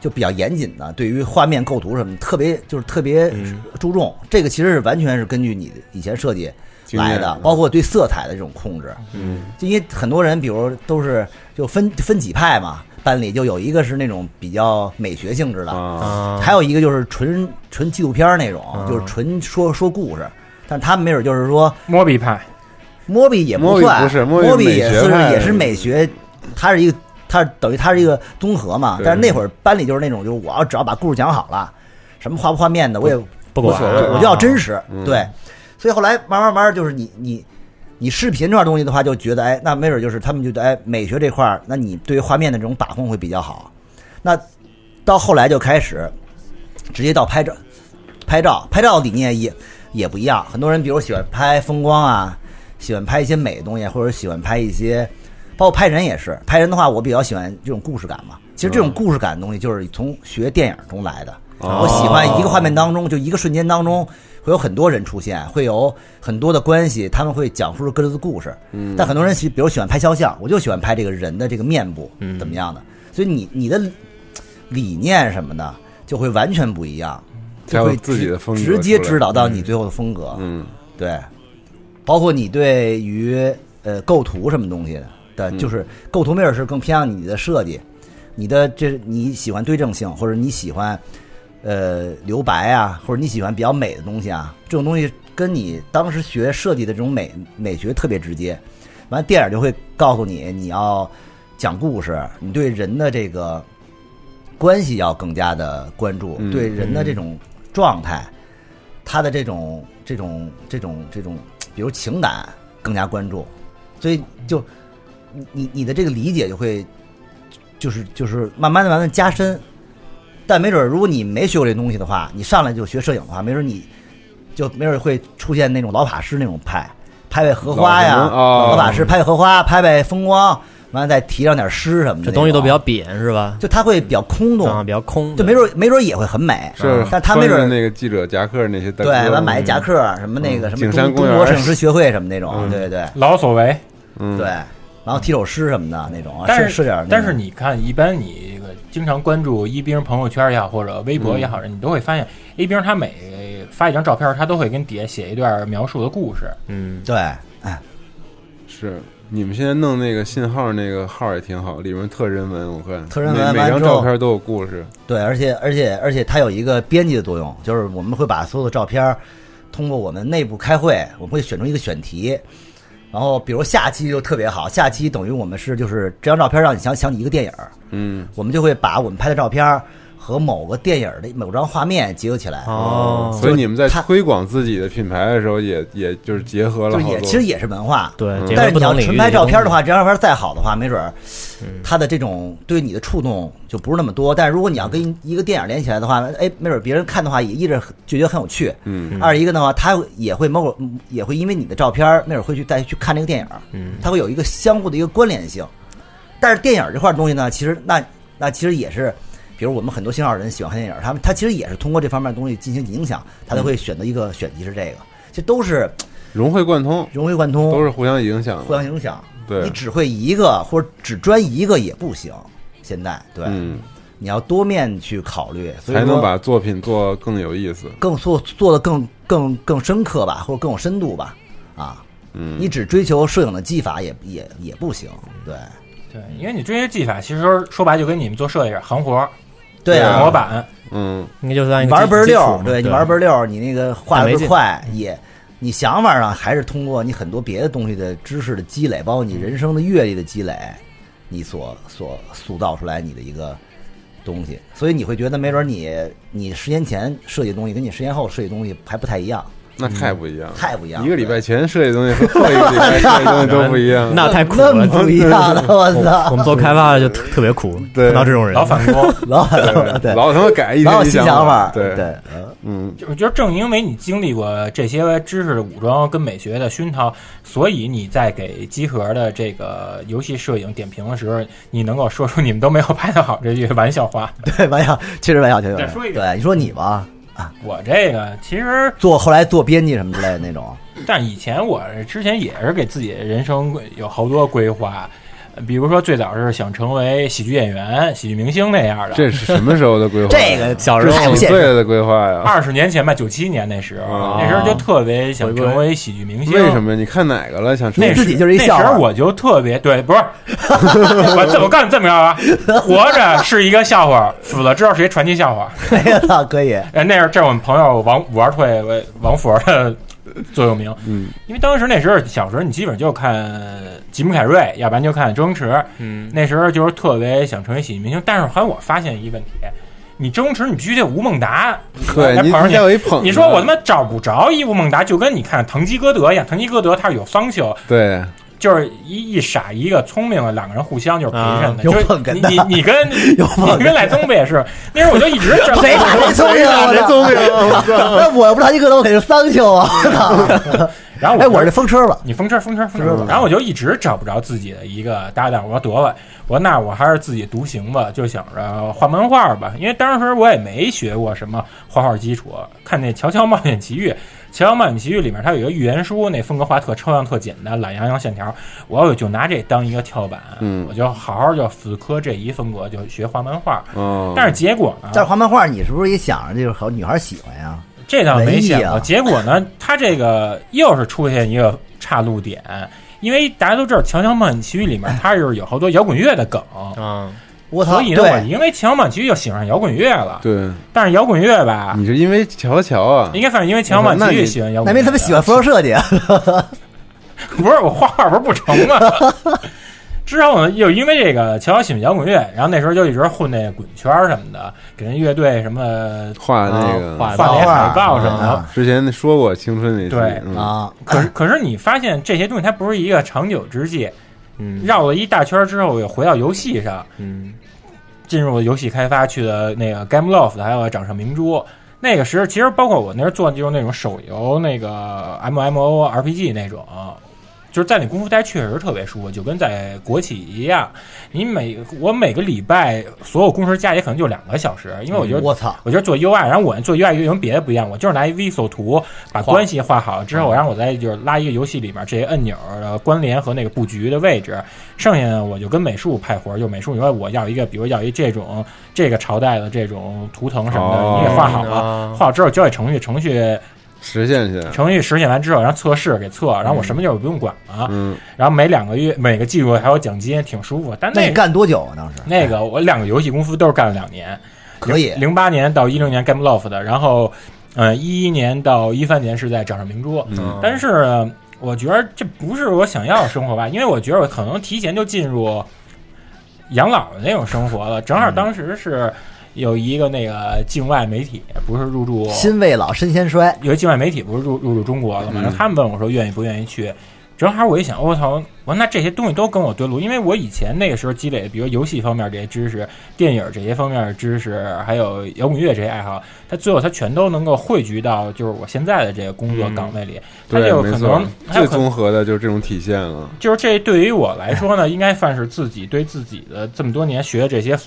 Speaker 1: 就比较严谨的，对于画面构图什么特别就是特别
Speaker 2: 嗯
Speaker 1: 注重。这个其实是完全是根据你的以前设计
Speaker 2: 经验
Speaker 1: 来的，包括对色彩的这种控制。
Speaker 2: 嗯，
Speaker 1: 就因为很多人，比如都是就分分几派嘛，班里就有一个是那种比较美学性质的，
Speaker 2: 啊，
Speaker 9: 啊，
Speaker 1: 还有一个就是纯纯纪录片儿那种，就是纯说说故事。但他们没准就是说
Speaker 8: 摸比派，
Speaker 1: 摸比也不算，
Speaker 2: 摸比不是摸比
Speaker 1: 摸比也
Speaker 2: 美学
Speaker 1: 是
Speaker 2: 派
Speaker 1: 也是美学，它是一个，它是等于它是一个综合嘛。
Speaker 2: 对
Speaker 1: 但是那会儿班里就是那种，就是我要只要把故事讲好了，什么画不画面的我也
Speaker 9: 不
Speaker 1: 无
Speaker 9: 管
Speaker 1: 所谓，我就要真实
Speaker 2: 嗯。
Speaker 1: 对，所以后来慢慢慢慢就是你你你视频这块东西的话，就觉得哎，那没准就是他们觉得哎，美学这块儿，那你对于画面的这种把控会比较好。那到后来就开始直接到拍照，拍照，拍照理念也也不一样。很多人比如喜欢拍风光啊，喜欢拍一些美的东西，或者喜欢拍一些，包括拍人也是。拍人的话，我比较喜欢这种故事感嘛。其实这种故事感的东西，就是从学电影中来的。
Speaker 4: 哦
Speaker 1: 我喜欢一个画面当中，就一个瞬间当中，会有很多人出现，会有很多的关系，他们会讲述各自的故事。嗯，但很多人喜，比如喜欢拍肖像，我就喜欢拍这个人的这个面部怎么样的。所以你你的理念什么的，就会完全不一样，
Speaker 4: 才
Speaker 1: 就
Speaker 4: 有
Speaker 1: 会
Speaker 4: 自己的风格
Speaker 1: 直直接
Speaker 4: 出来
Speaker 1: 指导到你最后的风格。
Speaker 4: 嗯，
Speaker 1: 对，包括你对于呃构图什么东西的，的就是构图没准是更偏向你的设计，你的这你喜欢对称性，或者你喜欢呃留白啊，或者你喜欢比较美的东西啊，这种东西跟你当时学设计的这种美美学特别直接。完，电影就会告诉你你要讲故事，你对人的这个关系要更加的关注，
Speaker 4: 嗯
Speaker 1: 对人的这种状态，他的这种这种这种这种，比如情感更加关注，所以就你你你的这个理解就会就是就是慢慢的慢慢地加深。但没准儿如果你没学过这东西的话，你上来就学摄影的话，没准儿你就没准儿会出现那种老法师那种派，拍拍荷花呀，
Speaker 4: 老什么哦
Speaker 1: 老法师拍拍荷花，拍拍风光，完了再提上点诗什么的，
Speaker 9: 这东西都比较，扁是吧？
Speaker 1: 就它会比较空
Speaker 9: 啊，
Speaker 1: 洞，
Speaker 9: 比较空，
Speaker 1: 就没准儿没准儿也会很美，
Speaker 4: 是，
Speaker 1: 但它没准
Speaker 4: 穿
Speaker 1: 儿
Speaker 4: 着那个记者夹克那些大哥，
Speaker 1: 对，完买一夹克儿什么那个
Speaker 4: 嗯
Speaker 1: 什么
Speaker 4: 景山
Speaker 1: 中
Speaker 4: 公
Speaker 1: 中
Speaker 4: 园
Speaker 1: 国摄影师学会什么那种，
Speaker 4: 嗯
Speaker 1: 对对对
Speaker 8: 老有所为。
Speaker 4: 嗯，
Speaker 1: 对，然后提首诗什么的那种，
Speaker 8: 但是
Speaker 1: 啊是点儿那种，
Speaker 8: 但是你看，一般你这个经常关注一冰朋友圈也好，或者微博也
Speaker 1: 嗯
Speaker 8: 好，你都会发现一冰他每发一张照片，他都会跟底下写一段描述的故事。
Speaker 9: 嗯，
Speaker 1: 对，哎，
Speaker 4: 是。你们现在弄那个信号那个号也挺好，里面特人文，我看
Speaker 1: 特人文
Speaker 4: 每每
Speaker 1: 完
Speaker 4: 张
Speaker 1: 之后
Speaker 4: 照片都有故事，
Speaker 1: 对，而且而且而且它有一个编辑的作用，就是我们会把所有的照片儿通过我们内部开会，我们会选出一个选题，然后比如下期就特别好，下期等于我们是就是这张照片让你想想起一个电影儿，
Speaker 4: 嗯，
Speaker 1: 我们就会把我们拍的照片儿和某个电影儿的某张画面结合起来，嗯
Speaker 9: 哦，
Speaker 4: 所以你们在
Speaker 1: 它
Speaker 4: 推广自己的品牌的时候也，也就是结合
Speaker 1: 就
Speaker 4: 了
Speaker 1: 是
Speaker 4: 好
Speaker 1: 也
Speaker 4: 多，嗯
Speaker 1: 其实也是文化，
Speaker 9: 对，结合
Speaker 1: 但是
Speaker 9: 不
Speaker 1: 你要
Speaker 9: 同领域
Speaker 1: 纯拍照片的
Speaker 9: 东西，嗯
Speaker 1: 话，这张照片再好的话，没准儿它的这种对你的触动就不是那么多。但是如果你要
Speaker 9: 嗯
Speaker 1: 跟一个电影连起来的话，哎，没准儿别人看的话也一直就觉得很有趣。
Speaker 4: 嗯，
Speaker 1: 二一个的话，他也会某种也会因为你的照片儿，没准儿会去再去看这个电影儿，
Speaker 9: 嗯，
Speaker 1: 它会有一个相互的一个关联性。但是电影儿这块儿东西呢，其实那那其实也是，比如我们很多新老人喜欢看电影儿，他们他其实也是通过这方面的东西进行影响，
Speaker 9: 嗯
Speaker 1: 他才会选择一个选题是这个，这都是
Speaker 4: 融会贯通，
Speaker 1: 融会贯通，
Speaker 4: 都是互相影响的，
Speaker 1: 互相影响。
Speaker 4: 对
Speaker 1: 你，只会一个或者只专一个也不行。现在对，
Speaker 4: 嗯，
Speaker 1: 你要多面去考虑，所以
Speaker 4: 才能
Speaker 1: 说
Speaker 4: 把作品做更有意思，
Speaker 1: 更做做的更更更深刻吧，或者更有深度吧。啊，
Speaker 4: 嗯，
Speaker 1: 你只追求摄影的技法也也也不行。对
Speaker 8: 对，因为你追求技法，其实说白就跟你们做设计是行活儿、
Speaker 1: 对
Speaker 4: 啊
Speaker 8: 模板。
Speaker 4: 嗯，
Speaker 9: 应该就算一
Speaker 1: 你
Speaker 9: 个
Speaker 1: 玩
Speaker 9: 基
Speaker 1: 倍儿
Speaker 9: 基础
Speaker 1: 溜
Speaker 9: 嘛，
Speaker 1: 对
Speaker 9: 对嗯
Speaker 1: 你玩倍儿溜，你那个画的
Speaker 9: 但没
Speaker 1: 倍儿
Speaker 9: 劲，
Speaker 1: 快，也你想法上还是通过你很多别的东西的知识的积累，包括你人生的阅历的积累，你所所塑造出来你的一个东西。所以你会觉得，没准你你十年前设计的东西跟你十年后设计的东西还不太一样，
Speaker 4: 那太不一样了，
Speaker 1: 太不一样了。
Speaker 4: 一个礼拜前设计东西和后一个礼 拜设计东西都不一样
Speaker 9: 那太苦
Speaker 1: 那么
Speaker 9: 了，
Speaker 1: 不一 样了，我
Speaker 9: 我我
Speaker 1: 操！
Speaker 9: 们做开发的就特特别苦，
Speaker 4: 对
Speaker 9: 碰到这种人
Speaker 8: 老，反 光，
Speaker 1: 老板，对，
Speaker 4: 老他妈改一
Speaker 1: 老
Speaker 4: 天
Speaker 1: 有
Speaker 4: 一
Speaker 1: 新
Speaker 4: 想
Speaker 1: 法，
Speaker 4: 对，
Speaker 1: 对，嗯
Speaker 4: 嗯，
Speaker 8: 我觉得正因为你经历过这些知识的武装跟美学的熏陶，所以你在给集合的这个游戏摄影点评的时候，你能够说出你们都没有拍得好这句玩笑话。
Speaker 1: 对，玩笑，确实玩笑，确实玩笑。
Speaker 8: 再说一个
Speaker 1: 对，你说你吧，
Speaker 8: 我这个其实，
Speaker 1: 做后来做编辑什么之类的那
Speaker 4: 哦
Speaker 1: 种，
Speaker 8: 但以前我之前也是给自己人生有好多规划，呃比如说最早是想成为喜剧演员、喜剧明星那样的。
Speaker 4: 这是什么时候的规划？
Speaker 1: 这个
Speaker 9: 小时
Speaker 4: 这
Speaker 9: 候
Speaker 1: 太
Speaker 4: 是
Speaker 1: 不
Speaker 4: 几
Speaker 1: 现
Speaker 4: 岁
Speaker 1: 实。
Speaker 4: 的规划呀？
Speaker 8: 二十年前吧，九七年那时候，
Speaker 4: 哦
Speaker 8: 那时候就特别想
Speaker 9: 回归
Speaker 8: 成为喜剧明星。
Speaker 4: 为什么？你看哪个了？想
Speaker 8: 那
Speaker 1: 你自己就是一
Speaker 8: 那
Speaker 1: 笑
Speaker 8: 时
Speaker 1: 话
Speaker 8: 候我就特别对，不是 我怎么告诉你这么着啊？活着是一个笑话，死了知道是一传奇笑话。
Speaker 1: 哎呀，操，可以，
Speaker 8: 哎，那是这是我们朋友王五二退为王佛的座右铭。
Speaker 4: 嗯，
Speaker 8: 因为当时那时候小时候，你基本就看吉姆凯瑞，要不然就看周星驰。
Speaker 6: 嗯，
Speaker 8: 那时候就是特别想成为喜剧明星，但是后来我发现一个问题，你周星驰你必须得吴孟达，
Speaker 4: 对
Speaker 8: 来
Speaker 4: 你
Speaker 8: 捧
Speaker 4: 你
Speaker 8: 着你
Speaker 4: 得有一捧着，
Speaker 8: 你说我他妈找不着一吴孟达，就跟你看滕吉诃德一样，滕吉诃德他是有方秀，
Speaker 4: 对
Speaker 8: 就是一一傻一个聪明的，两个人互相就是陪衬
Speaker 1: 啊
Speaker 8: 的，
Speaker 1: 有
Speaker 8: 就是
Speaker 1: 捧哏
Speaker 8: 你
Speaker 1: 的
Speaker 8: 你你跟
Speaker 1: 有捧哏
Speaker 8: 你
Speaker 1: 的
Speaker 8: 跟赖聪不也是？那时候我就一直找
Speaker 1: 谁傻谁聪明啊？我操！
Speaker 4: 聪明 啊，
Speaker 1: 那我要不是他一个头，我肯定是桑丘啊！我 操！
Speaker 8: 然后
Speaker 1: 哎，我
Speaker 8: 我
Speaker 1: 这风车了，
Speaker 8: 你风车风车风
Speaker 1: 风车
Speaker 8: 车，然后我就一直找不着自己的一个搭档，我说得了，我说那我还是自己独行吧，就想着画漫画吧，因为当时我也没学过什么画画基础，看那《乔乔冒险奇遇》。《乔乔冒险奇遇》里面它有一个预言书，那风格画特抽象、特简单，懒洋洋线条。我就拿这当一个跳板，
Speaker 4: 嗯
Speaker 8: 我就好好就死磕这一风格，就学画漫画。
Speaker 4: 嗯，
Speaker 8: 但是结果呢，
Speaker 1: 但是画漫画，你是不是也想着就是好女孩喜欢呀？
Speaker 8: 这倒没想
Speaker 1: 文艺
Speaker 8: 过。
Speaker 1: 啊
Speaker 8: 结果呢，他这个又是出现一个岔路点，因为大家都知道《强强冒险奇遇》里面它是有好多摇滚乐的梗，
Speaker 9: 啊，
Speaker 1: 我操！
Speaker 8: 所以呢，我
Speaker 1: 对，
Speaker 8: 因为《强强冒险奇遇》就喜欢上摇滚乐了。
Speaker 4: 对，
Speaker 8: 但是摇滚乐吧，
Speaker 4: 你是因为乔乔啊，
Speaker 8: 啊应该算是因为《强强冒险奇遇》喜欢摇
Speaker 1: 嗯那
Speaker 8: 滚乐。
Speaker 1: 边他们喜欢服装设计啊，
Speaker 8: 不是我画画不是不成吗？ 之后呢，又因为这个乔乔喜欢摇滚乐，然后那时候就一直混那滚圈儿什么的，给人乐队什么
Speaker 4: 画那
Speaker 9: 啊
Speaker 4: 个
Speaker 9: 画
Speaker 8: 画那
Speaker 1: 漫画
Speaker 8: 海报什么的。
Speaker 1: 啊
Speaker 4: 之前说过青春那期
Speaker 8: 对
Speaker 4: 嗯
Speaker 1: 啊！
Speaker 8: 可是可是你发现这些东西它不是一个长久之计，
Speaker 9: 嗯，
Speaker 8: 绕了一大圈儿之后，又回到游戏上，
Speaker 9: 嗯
Speaker 8: 进入游戏开发去了那个 Game Loft，还有掌上明珠。那个时候，其实包括我那时候做的就是那种手游，那个 MMO RPG 那种，就是在你功夫待确实特别舒服，就跟在国企一样。你每我每个礼拜所有工时加起来可能就两个小时，因为我觉得
Speaker 1: 我操！
Speaker 8: 我就是做 UI，然后我做 UI 又跟别的不一样，我就是拿一 Visual 图把关系画好之后，然后我再就是拉一个游戏里面这些按钮的关联和那个布局的位置，剩下我就跟美术派活儿，就美术你说我要一个，比如要一这种这个朝代的这种图腾什么的，
Speaker 4: 哦
Speaker 8: 你给画好了，
Speaker 6: 嗯
Speaker 9: 啊
Speaker 8: 画好之后交给程序，程序
Speaker 4: 实现去，
Speaker 8: 程序实现完之后，然后测试给测，然后我什么就不用管了，
Speaker 4: 嗯，
Speaker 8: 然后每两个月每个季度还有奖金，挺舒服。但
Speaker 1: 那
Speaker 8: 那
Speaker 1: 你干多久啊？当时
Speaker 8: 那个我两个游戏公司都是干了两年。
Speaker 1: 可以
Speaker 8: 零八年到一零年 Game Loft 的，然后，呃，一一年到一三年是在掌上明珠。
Speaker 9: 啊
Speaker 4: 嗯
Speaker 8: 但是呢我觉得这不是我想要的生活吧，因为我觉得我可能提前就进入养老的那种生活了。正好当时是有一个那个境外媒体，不是入驻
Speaker 1: 心未老，身先衰。
Speaker 8: 有一境外媒体不是入入驻中国了嘛，
Speaker 4: 嗯
Speaker 8: 然后他们问我说愿意不愿意去，正好我一想，我、操，我说那这些东西都跟我对路，因为我以前那个时候积累的，比如游戏方面这些知识、电影这些方面的知识，还有摇滚乐这些爱好，它最后它全都能够汇聚到就是我现在的这个工
Speaker 1: 嗯
Speaker 8: 作岗位里，它
Speaker 4: 对
Speaker 8: 就，
Speaker 4: 没
Speaker 8: 可
Speaker 4: 错
Speaker 8: 能，它
Speaker 4: 最
Speaker 8: 有可能
Speaker 4: 综合的就是这种体现了，
Speaker 8: 就是这对于我来说呢，应该算是自己对自己的这么多年学的这些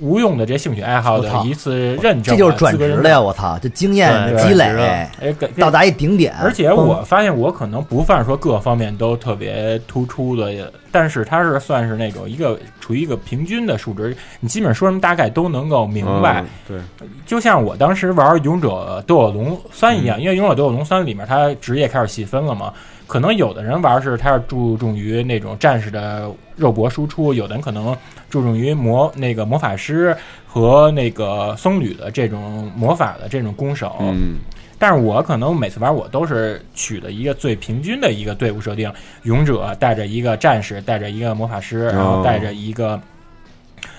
Speaker 8: 无用的这些兴趣爱好的
Speaker 1: 我操
Speaker 8: 一次认
Speaker 1: 这
Speaker 8: 证吧，
Speaker 1: 就是转职了
Speaker 8: 呀
Speaker 1: 呀！，我操，这经验
Speaker 9: 对
Speaker 1: 积
Speaker 9: 转职
Speaker 1: 累
Speaker 9: 了
Speaker 8: 哎，给
Speaker 1: 到达一顶点，
Speaker 4: 啊
Speaker 8: 而且我发现我可能不算说各方面都特别突出的，但是它是算是那种一个处于一个平均的数值，你基本说什么大概都能够明白哦
Speaker 4: 嗯。，对，
Speaker 8: 就像我当时玩《勇者斗恶龙三》一样，因为《勇者斗恶龙三》里面它职业开始细分了嘛，可能有的人玩是他是注重于那种战士的肉搏输出，有的人可能注重于魔那个魔法师和那个僧侣的这种魔法的这种攻守。
Speaker 4: 嗯，
Speaker 8: 但是我可能每次玩我都是取的一个最平均的一个队伍设定，勇者带着一个战士，带着一个魔法师，
Speaker 4: 哦
Speaker 8: 然后带着一个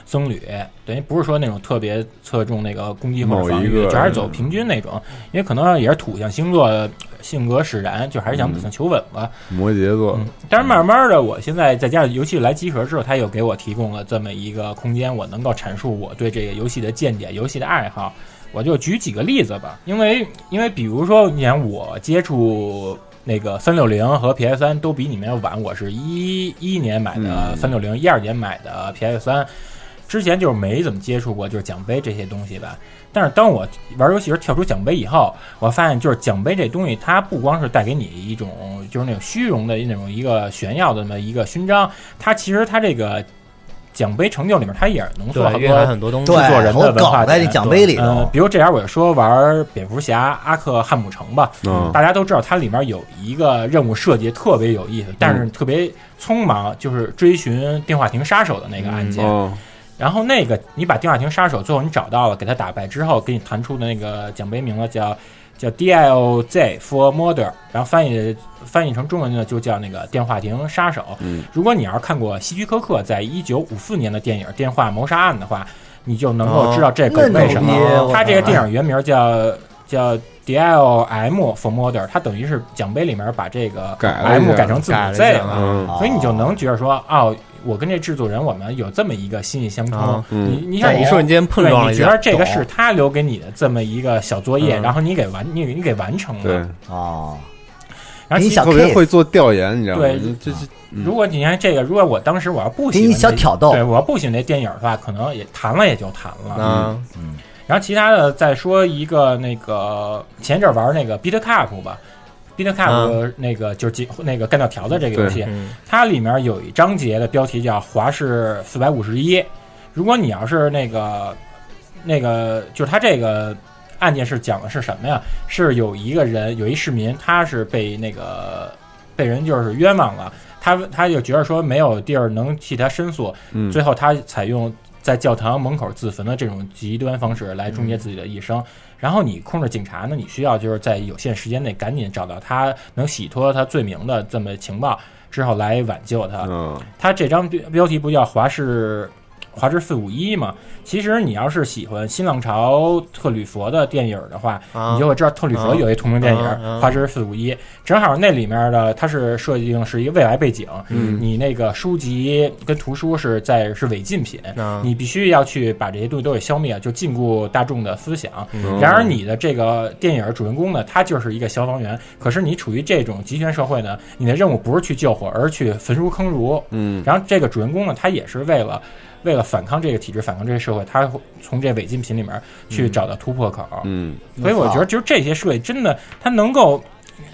Speaker 8: 僧侣，等于不是说那种特别侧重那个攻击或者防
Speaker 4: 某
Speaker 8: 御，
Speaker 4: 一个
Speaker 8: 就还是走平均那种，因为可能也是土象星座呃性格使然，就还是想
Speaker 4: 嗯
Speaker 8: 想求稳了。
Speaker 4: 摩羯座，
Speaker 8: 嗯，但是慢慢的，我现在再加上游戏来集合之后，它又给我提供了这么一个空间，我能够阐述我对这个游戏的见解、游戏的爱好。我就举几个例子吧，因为因为比如说，你看我接触那个三六零和 PS 三都比你们要晚，我是一一年买的
Speaker 4: 嗯
Speaker 8: 三六零，一二年买的 PS 三，之前就是没怎么接触过，就是奖杯这些东西吧。但是当我玩游戏时跳出奖杯以后，我发现就是奖杯这东西，它不光是带给你一种就是那种虚荣的那种一个炫耀的那么一个勋章，它其实它这个奖杯成就里面，它也是浓缩
Speaker 9: 对，
Speaker 8: 很
Speaker 9: 蕴含
Speaker 8: 多。
Speaker 9: 很多东西，
Speaker 1: 对
Speaker 8: 制作人的
Speaker 1: 好
Speaker 8: 文化
Speaker 1: 梗在
Speaker 8: 点
Speaker 1: 那奖杯里
Speaker 8: 呃
Speaker 1: 头，，
Speaker 8: 比如这点我就说玩蝙蝠侠阿克汉姆城吧，
Speaker 4: 嗯，
Speaker 8: 大家都知道它里面有一个任务设计特别有意思，但是特别匆忙，就是追寻电话亭杀手的那个案件。
Speaker 4: 哦，
Speaker 8: 然后那个你把电话亭杀手最后你找到了，给他打败之后，给你弹出的那个奖杯名字叫叫 DLZ for Murder，然后翻译翻译成中文呢就叫那个电话亭杀手。
Speaker 4: 嗯
Speaker 8: 如果你要是看过希区柯克在一九五四年的电影《电话谋杀案》的话，你就能够知道这个
Speaker 1: 那
Speaker 8: 为什么。
Speaker 1: 牛逼
Speaker 8: 它这个电影原名叫叫 DLM for Murder，它等于是奖杯里面把这个
Speaker 4: 改了一
Speaker 8: M
Speaker 4: 下
Speaker 8: 改成字母
Speaker 9: 改了一
Speaker 8: Z
Speaker 9: 下
Speaker 8: 了，
Speaker 4: 嗯
Speaker 1: 哦
Speaker 8: 所以你就能觉得说，哦，我跟这制作人我们有这么一个心意相通。
Speaker 9: 啊
Speaker 8: 你
Speaker 4: 嗯，
Speaker 8: 你像
Speaker 9: 在一瞬间碰撞
Speaker 8: 对，
Speaker 9: 了
Speaker 8: 你
Speaker 9: 一
Speaker 8: 觉
Speaker 9: 下，
Speaker 8: 得这个
Speaker 9: 懂
Speaker 8: 是他留给你的这么一个小作业，
Speaker 9: 嗯
Speaker 8: 然后你给完你你给完成
Speaker 4: 对
Speaker 8: 了。，
Speaker 1: 哦，
Speaker 8: 然
Speaker 1: 给
Speaker 8: 后
Speaker 1: 你
Speaker 8: 其实
Speaker 1: 小
Speaker 4: 特别
Speaker 1: case，
Speaker 4: 会做调研，你知道吗
Speaker 8: 对？
Speaker 4: 你这这嗯
Speaker 8: 如果你看这个，如果我当时我要不喜
Speaker 1: 给
Speaker 8: 欢
Speaker 1: 你小
Speaker 8: 这
Speaker 1: 挑逗，
Speaker 8: 对我要不喜欢这电影的话，可能也谈了也就谈了。
Speaker 9: 啊，
Speaker 8: 然后其他的再说一个那个前一阵玩那个 Beat Cup 吧，Beat Cup 那个就是几那个干掉条子这个游戏，
Speaker 9: 嗯
Speaker 8: 它里面有一章节的标题叫《华氏四百五十一》。如果你要是那个那个，就是它这个案件是讲的是什么呀？是有一个人，有一市民，他是被那个被人就是冤枉了，他他就觉得说没有地儿能替他申诉，
Speaker 4: 嗯
Speaker 8: 最后他采用在教堂门口自焚的这种极端方式来终结自己的一生。然后你控制警察呢，你需要就是在有限时间内赶紧找到他能洗脱他罪名的这么情报，之后来挽救他。
Speaker 4: 嗯
Speaker 8: 他这张标标题不叫华氏华氏四五一嘛？其实你要是喜欢新浪潮特吕弗的电影的话，
Speaker 9: 啊
Speaker 8: 你就会知道特吕弗有一同名电影
Speaker 9: 啊啊
Speaker 8: 《华氏四五一》，正好那里面的它是设定是一个未来背景，
Speaker 9: 嗯
Speaker 8: 你那个书籍跟图书是在是违禁品，
Speaker 9: 啊
Speaker 8: 你必须要去把这些东西都给消灭，就禁锢大众的思想。
Speaker 4: 嗯
Speaker 8: 然而你的这个电影主人公呢，他就是一个消防员，可是你处于这种集权社会呢，你的任务不是去救火，而是去焚书坑儒。
Speaker 4: 嗯
Speaker 8: 然后这个主人公呢，他也是为了为了反抗这个体制、反抗这个社会，他会从这违禁品里面去找到突破口。
Speaker 4: 嗯，
Speaker 8: 所以我觉得，就是这些设计真的，它能够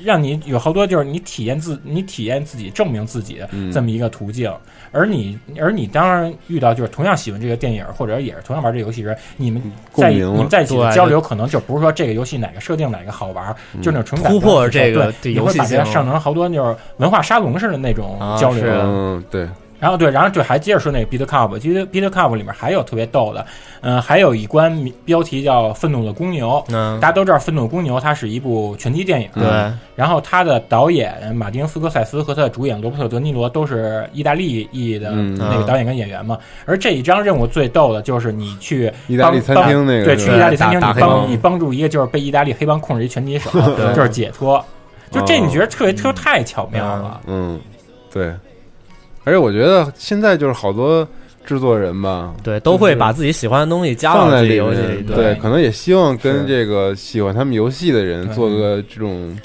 Speaker 8: 让你有好多就是你体验自你体验自己、证明自己的
Speaker 4: 嗯
Speaker 8: 这么一个途径。而你而你当然遇到就是同样喜欢这个电影，或者也是同样玩这个游戏人，你们
Speaker 4: 嗯共
Speaker 8: 在你
Speaker 4: 鸣了
Speaker 8: 们在一起的
Speaker 9: 对
Speaker 8: 交流，可能就不是说这个游戏哪个设定哪个好玩，
Speaker 4: 嗯
Speaker 8: 就那种纯感
Speaker 9: 突破
Speaker 8: 的
Speaker 9: 这个
Speaker 8: 对，
Speaker 9: 对
Speaker 8: 你
Speaker 9: 游
Speaker 8: 会
Speaker 9: 戏
Speaker 8: 把它
Speaker 9: 性
Speaker 8: 上成好多就是文化沙龙似的那种
Speaker 9: 啊
Speaker 8: 交流。
Speaker 9: 是
Speaker 4: 嗯，对，
Speaker 8: 然后对，然后对，还接着说那个 Beat Cup，其实 Beat Cup 里面还有特别逗的，嗯、还有一关名标题叫《愤怒的公牛》。
Speaker 9: 嗯
Speaker 8: 大，家都知道，《愤怒的公牛》它是一部拳击电影，
Speaker 9: 对，
Speaker 8: 然后它的导演马丁·斯科塞斯和他的主演罗伯特·德尼罗都是意大利裔的
Speaker 4: 嗯
Speaker 8: 那个导演跟演员嘛。而这一张任务最逗的就是你去
Speaker 4: 意大利
Speaker 8: 帮
Speaker 4: 餐厅那个
Speaker 8: 对，
Speaker 4: 是
Speaker 8: 去
Speaker 4: 吧
Speaker 8: 意大利餐厅，
Speaker 9: 打打
Speaker 8: 你
Speaker 9: 黑
Speaker 8: 帮
Speaker 9: 帮
Speaker 8: 你帮助一个就是被意大利黑帮控制一拳击手，
Speaker 9: 对
Speaker 8: 就是解脱。就这，你觉得特别特太巧妙
Speaker 9: 嗯
Speaker 8: 了。
Speaker 4: 嗯，对，而且我觉得现在就是好多制作人吧，
Speaker 9: 对，都会把自己喜欢的东西加
Speaker 4: 放
Speaker 9: 到
Speaker 4: 在
Speaker 9: 自己
Speaker 4: 里
Speaker 9: 游戏里，
Speaker 4: 面，对，可能也希望
Speaker 9: 是
Speaker 4: 跟这个喜欢他们游戏的人
Speaker 8: 对
Speaker 4: 做个这种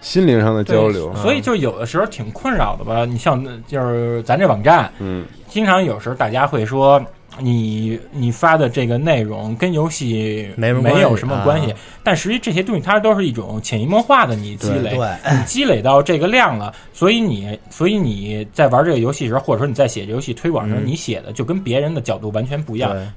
Speaker 4: 心灵上的
Speaker 8: 对
Speaker 4: 交流，嗯
Speaker 8: 所以就有的时候挺困扰的吧。你像就是咱这网站，
Speaker 4: 嗯
Speaker 8: 经常有时候大家会说。你你发的这个内容跟游戏
Speaker 9: 没什么
Speaker 8: 没
Speaker 9: 关
Speaker 8: 有
Speaker 9: 系
Speaker 8: 什么关系
Speaker 9: 啊，
Speaker 8: 但实际这些东西它都是一种潜移默化的你积累，
Speaker 1: 对，
Speaker 8: 你积累到这个量了，所以你所以你在玩这个游戏时候，或者说你在写这游戏推广时候，
Speaker 9: 嗯
Speaker 8: 你写的就跟别人的角度完全不一
Speaker 9: 对
Speaker 8: 样。
Speaker 9: 对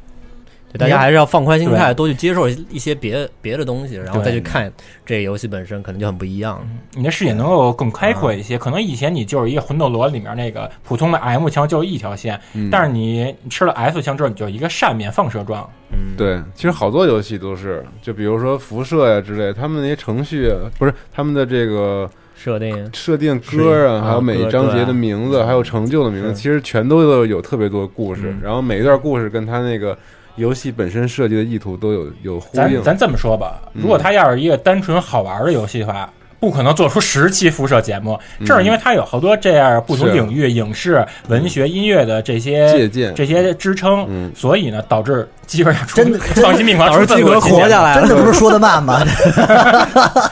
Speaker 9: 大家还是要放宽心态，
Speaker 8: 对
Speaker 9: 多去接受一些别别的东西，然后
Speaker 8: 对
Speaker 9: 再去看这个游戏本身，可能就很不一样了。
Speaker 8: 你的视野能够更开
Speaker 9: 嗯
Speaker 8: 阔一些。可能以前你就是一个魂斗罗里面那个普通的 M 枪就是一条线，
Speaker 4: 嗯
Speaker 1: 嗯
Speaker 8: 但是你吃了 S 枪之后，你就是一个扇面放射状。
Speaker 9: 嗯，
Speaker 4: 对，其实好多游戏都是，就比如说辐射呀、之类，他们那些程序啊不是他们的这个
Speaker 9: 设定
Speaker 4: 设定歌啊，
Speaker 9: 是
Speaker 4: 还有每一章节的名字，还有成就的名字，
Speaker 9: 是
Speaker 4: 其实全都有有特别多的故事
Speaker 9: 嗯，
Speaker 4: 然后每一段故事跟他那个游戏本身设计的意图都有有呼
Speaker 8: 咱
Speaker 4: 应。
Speaker 8: 咱这么说吧，
Speaker 4: 嗯
Speaker 8: 如果它要是一个单纯好玩的游戏的话。不可能做出十期辐射节目，
Speaker 1: 嗯
Speaker 8: 正是因为它有好多这样不同
Speaker 4: 是
Speaker 8: 领域、影视、文学、音乐的
Speaker 4: 借
Speaker 8: 这些
Speaker 4: 鉴
Speaker 8: 这些支撑，
Speaker 4: 嗯
Speaker 8: 所以呢，导致 基本上出
Speaker 1: 真的
Speaker 8: 丧心病狂，
Speaker 9: 导 致
Speaker 8: 出这么多
Speaker 9: 基本上
Speaker 8: 期节
Speaker 9: 活
Speaker 8: 目
Speaker 9: 下来
Speaker 1: 真的不是说的慢吗？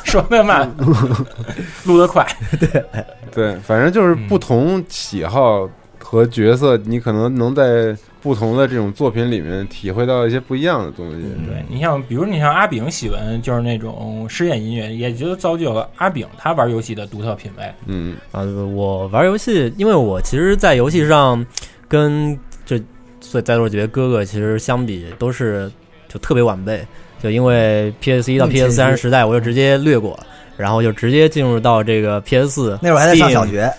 Speaker 8: 说 的慢，录得快，
Speaker 4: 对，反正就是
Speaker 8: 嗯
Speaker 4: 不同喜好和角色，你可能能在不同的这种作品里面体会到一些不一样的东西。
Speaker 9: 嗯
Speaker 1: 嗯
Speaker 8: 对你像，比如你像阿炳喜欢就是那种实验音乐，也就造就了阿炳他玩游戏的独特品味。
Speaker 4: 嗯
Speaker 9: 啊，我玩游戏，因为我其实，在游戏上跟这所以在座几位哥哥其实相比都是就特别晚辈，就因为 PS 一到
Speaker 1: 嗯其实
Speaker 9: PS 三时代，我就直接略过了，然后就直接进入到这个 PS 四。
Speaker 1: 那会儿还在上小学，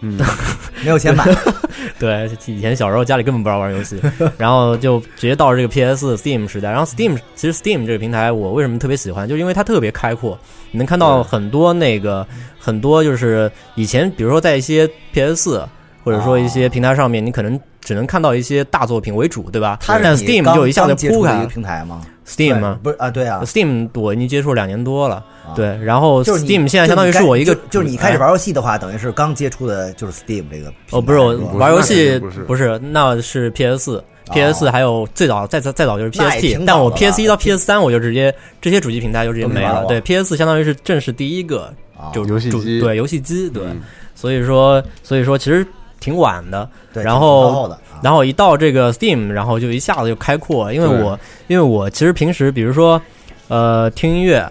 Speaker 4: 嗯，
Speaker 1: 没有钱买，
Speaker 9: 对，以前小时候家里根本不知道玩 游戏，然后就直接到了这个 PS Steam 时代。然后 Steam 其实 Steam 这个平台我为什么特别喜欢，就是因为它特别开阔，你能看到很多那个
Speaker 1: 哦
Speaker 9: 很多就是以前比如说在一些 PS 四或者说一些平台上面，你可能只能看到一些大作品为主，对吧？
Speaker 1: 它
Speaker 9: 但
Speaker 1: 是你
Speaker 9: Steam
Speaker 1: 刚
Speaker 9: 就一下
Speaker 1: 刚
Speaker 9: 子
Speaker 1: 接触
Speaker 9: 铺
Speaker 1: 的一
Speaker 9: 开
Speaker 1: 个平台吗
Speaker 9: ，Steam
Speaker 1: 对
Speaker 9: 吗
Speaker 1: 不是啊，对啊，
Speaker 9: ？Steam 我已经接触两年多了，
Speaker 1: 啊
Speaker 9: 对，然后
Speaker 1: 就是你
Speaker 9: 哦 Steam 现在相当于
Speaker 1: 就是你
Speaker 9: 我一个嗯哎
Speaker 1: 就就是你开始玩游戏的话，等于是刚接触的就是 Steam 这个平台。
Speaker 9: 哦，不是我
Speaker 1: 吧
Speaker 9: 玩游戏
Speaker 4: 不是
Speaker 9: 不是，那是 PS 四、
Speaker 1: 哦
Speaker 9: PS 四还有最早再再再早就是
Speaker 1: 那也
Speaker 9: PSP，
Speaker 1: 挺
Speaker 9: 但
Speaker 1: 早
Speaker 9: 我
Speaker 1: 的
Speaker 9: PS 一
Speaker 1: 了
Speaker 9: 到 PS 三我就直接这些主机平台就直接
Speaker 1: 都
Speaker 9: 没
Speaker 1: 没玩
Speaker 9: 了。
Speaker 1: 过
Speaker 9: 对，PS 四相当于是正式第一个
Speaker 1: 啊
Speaker 9: 就
Speaker 4: 游戏
Speaker 9: 主
Speaker 4: 机
Speaker 9: 对游戏机对，
Speaker 4: 嗯
Speaker 9: 所以说所以说其实挺晚的。
Speaker 1: 对，
Speaker 9: 然后
Speaker 1: 挺高的啊
Speaker 9: 然后一到这个 Steam，然后就一下子就开阔，因为
Speaker 4: 对
Speaker 9: 我因为我其实平时比如说呃听音乐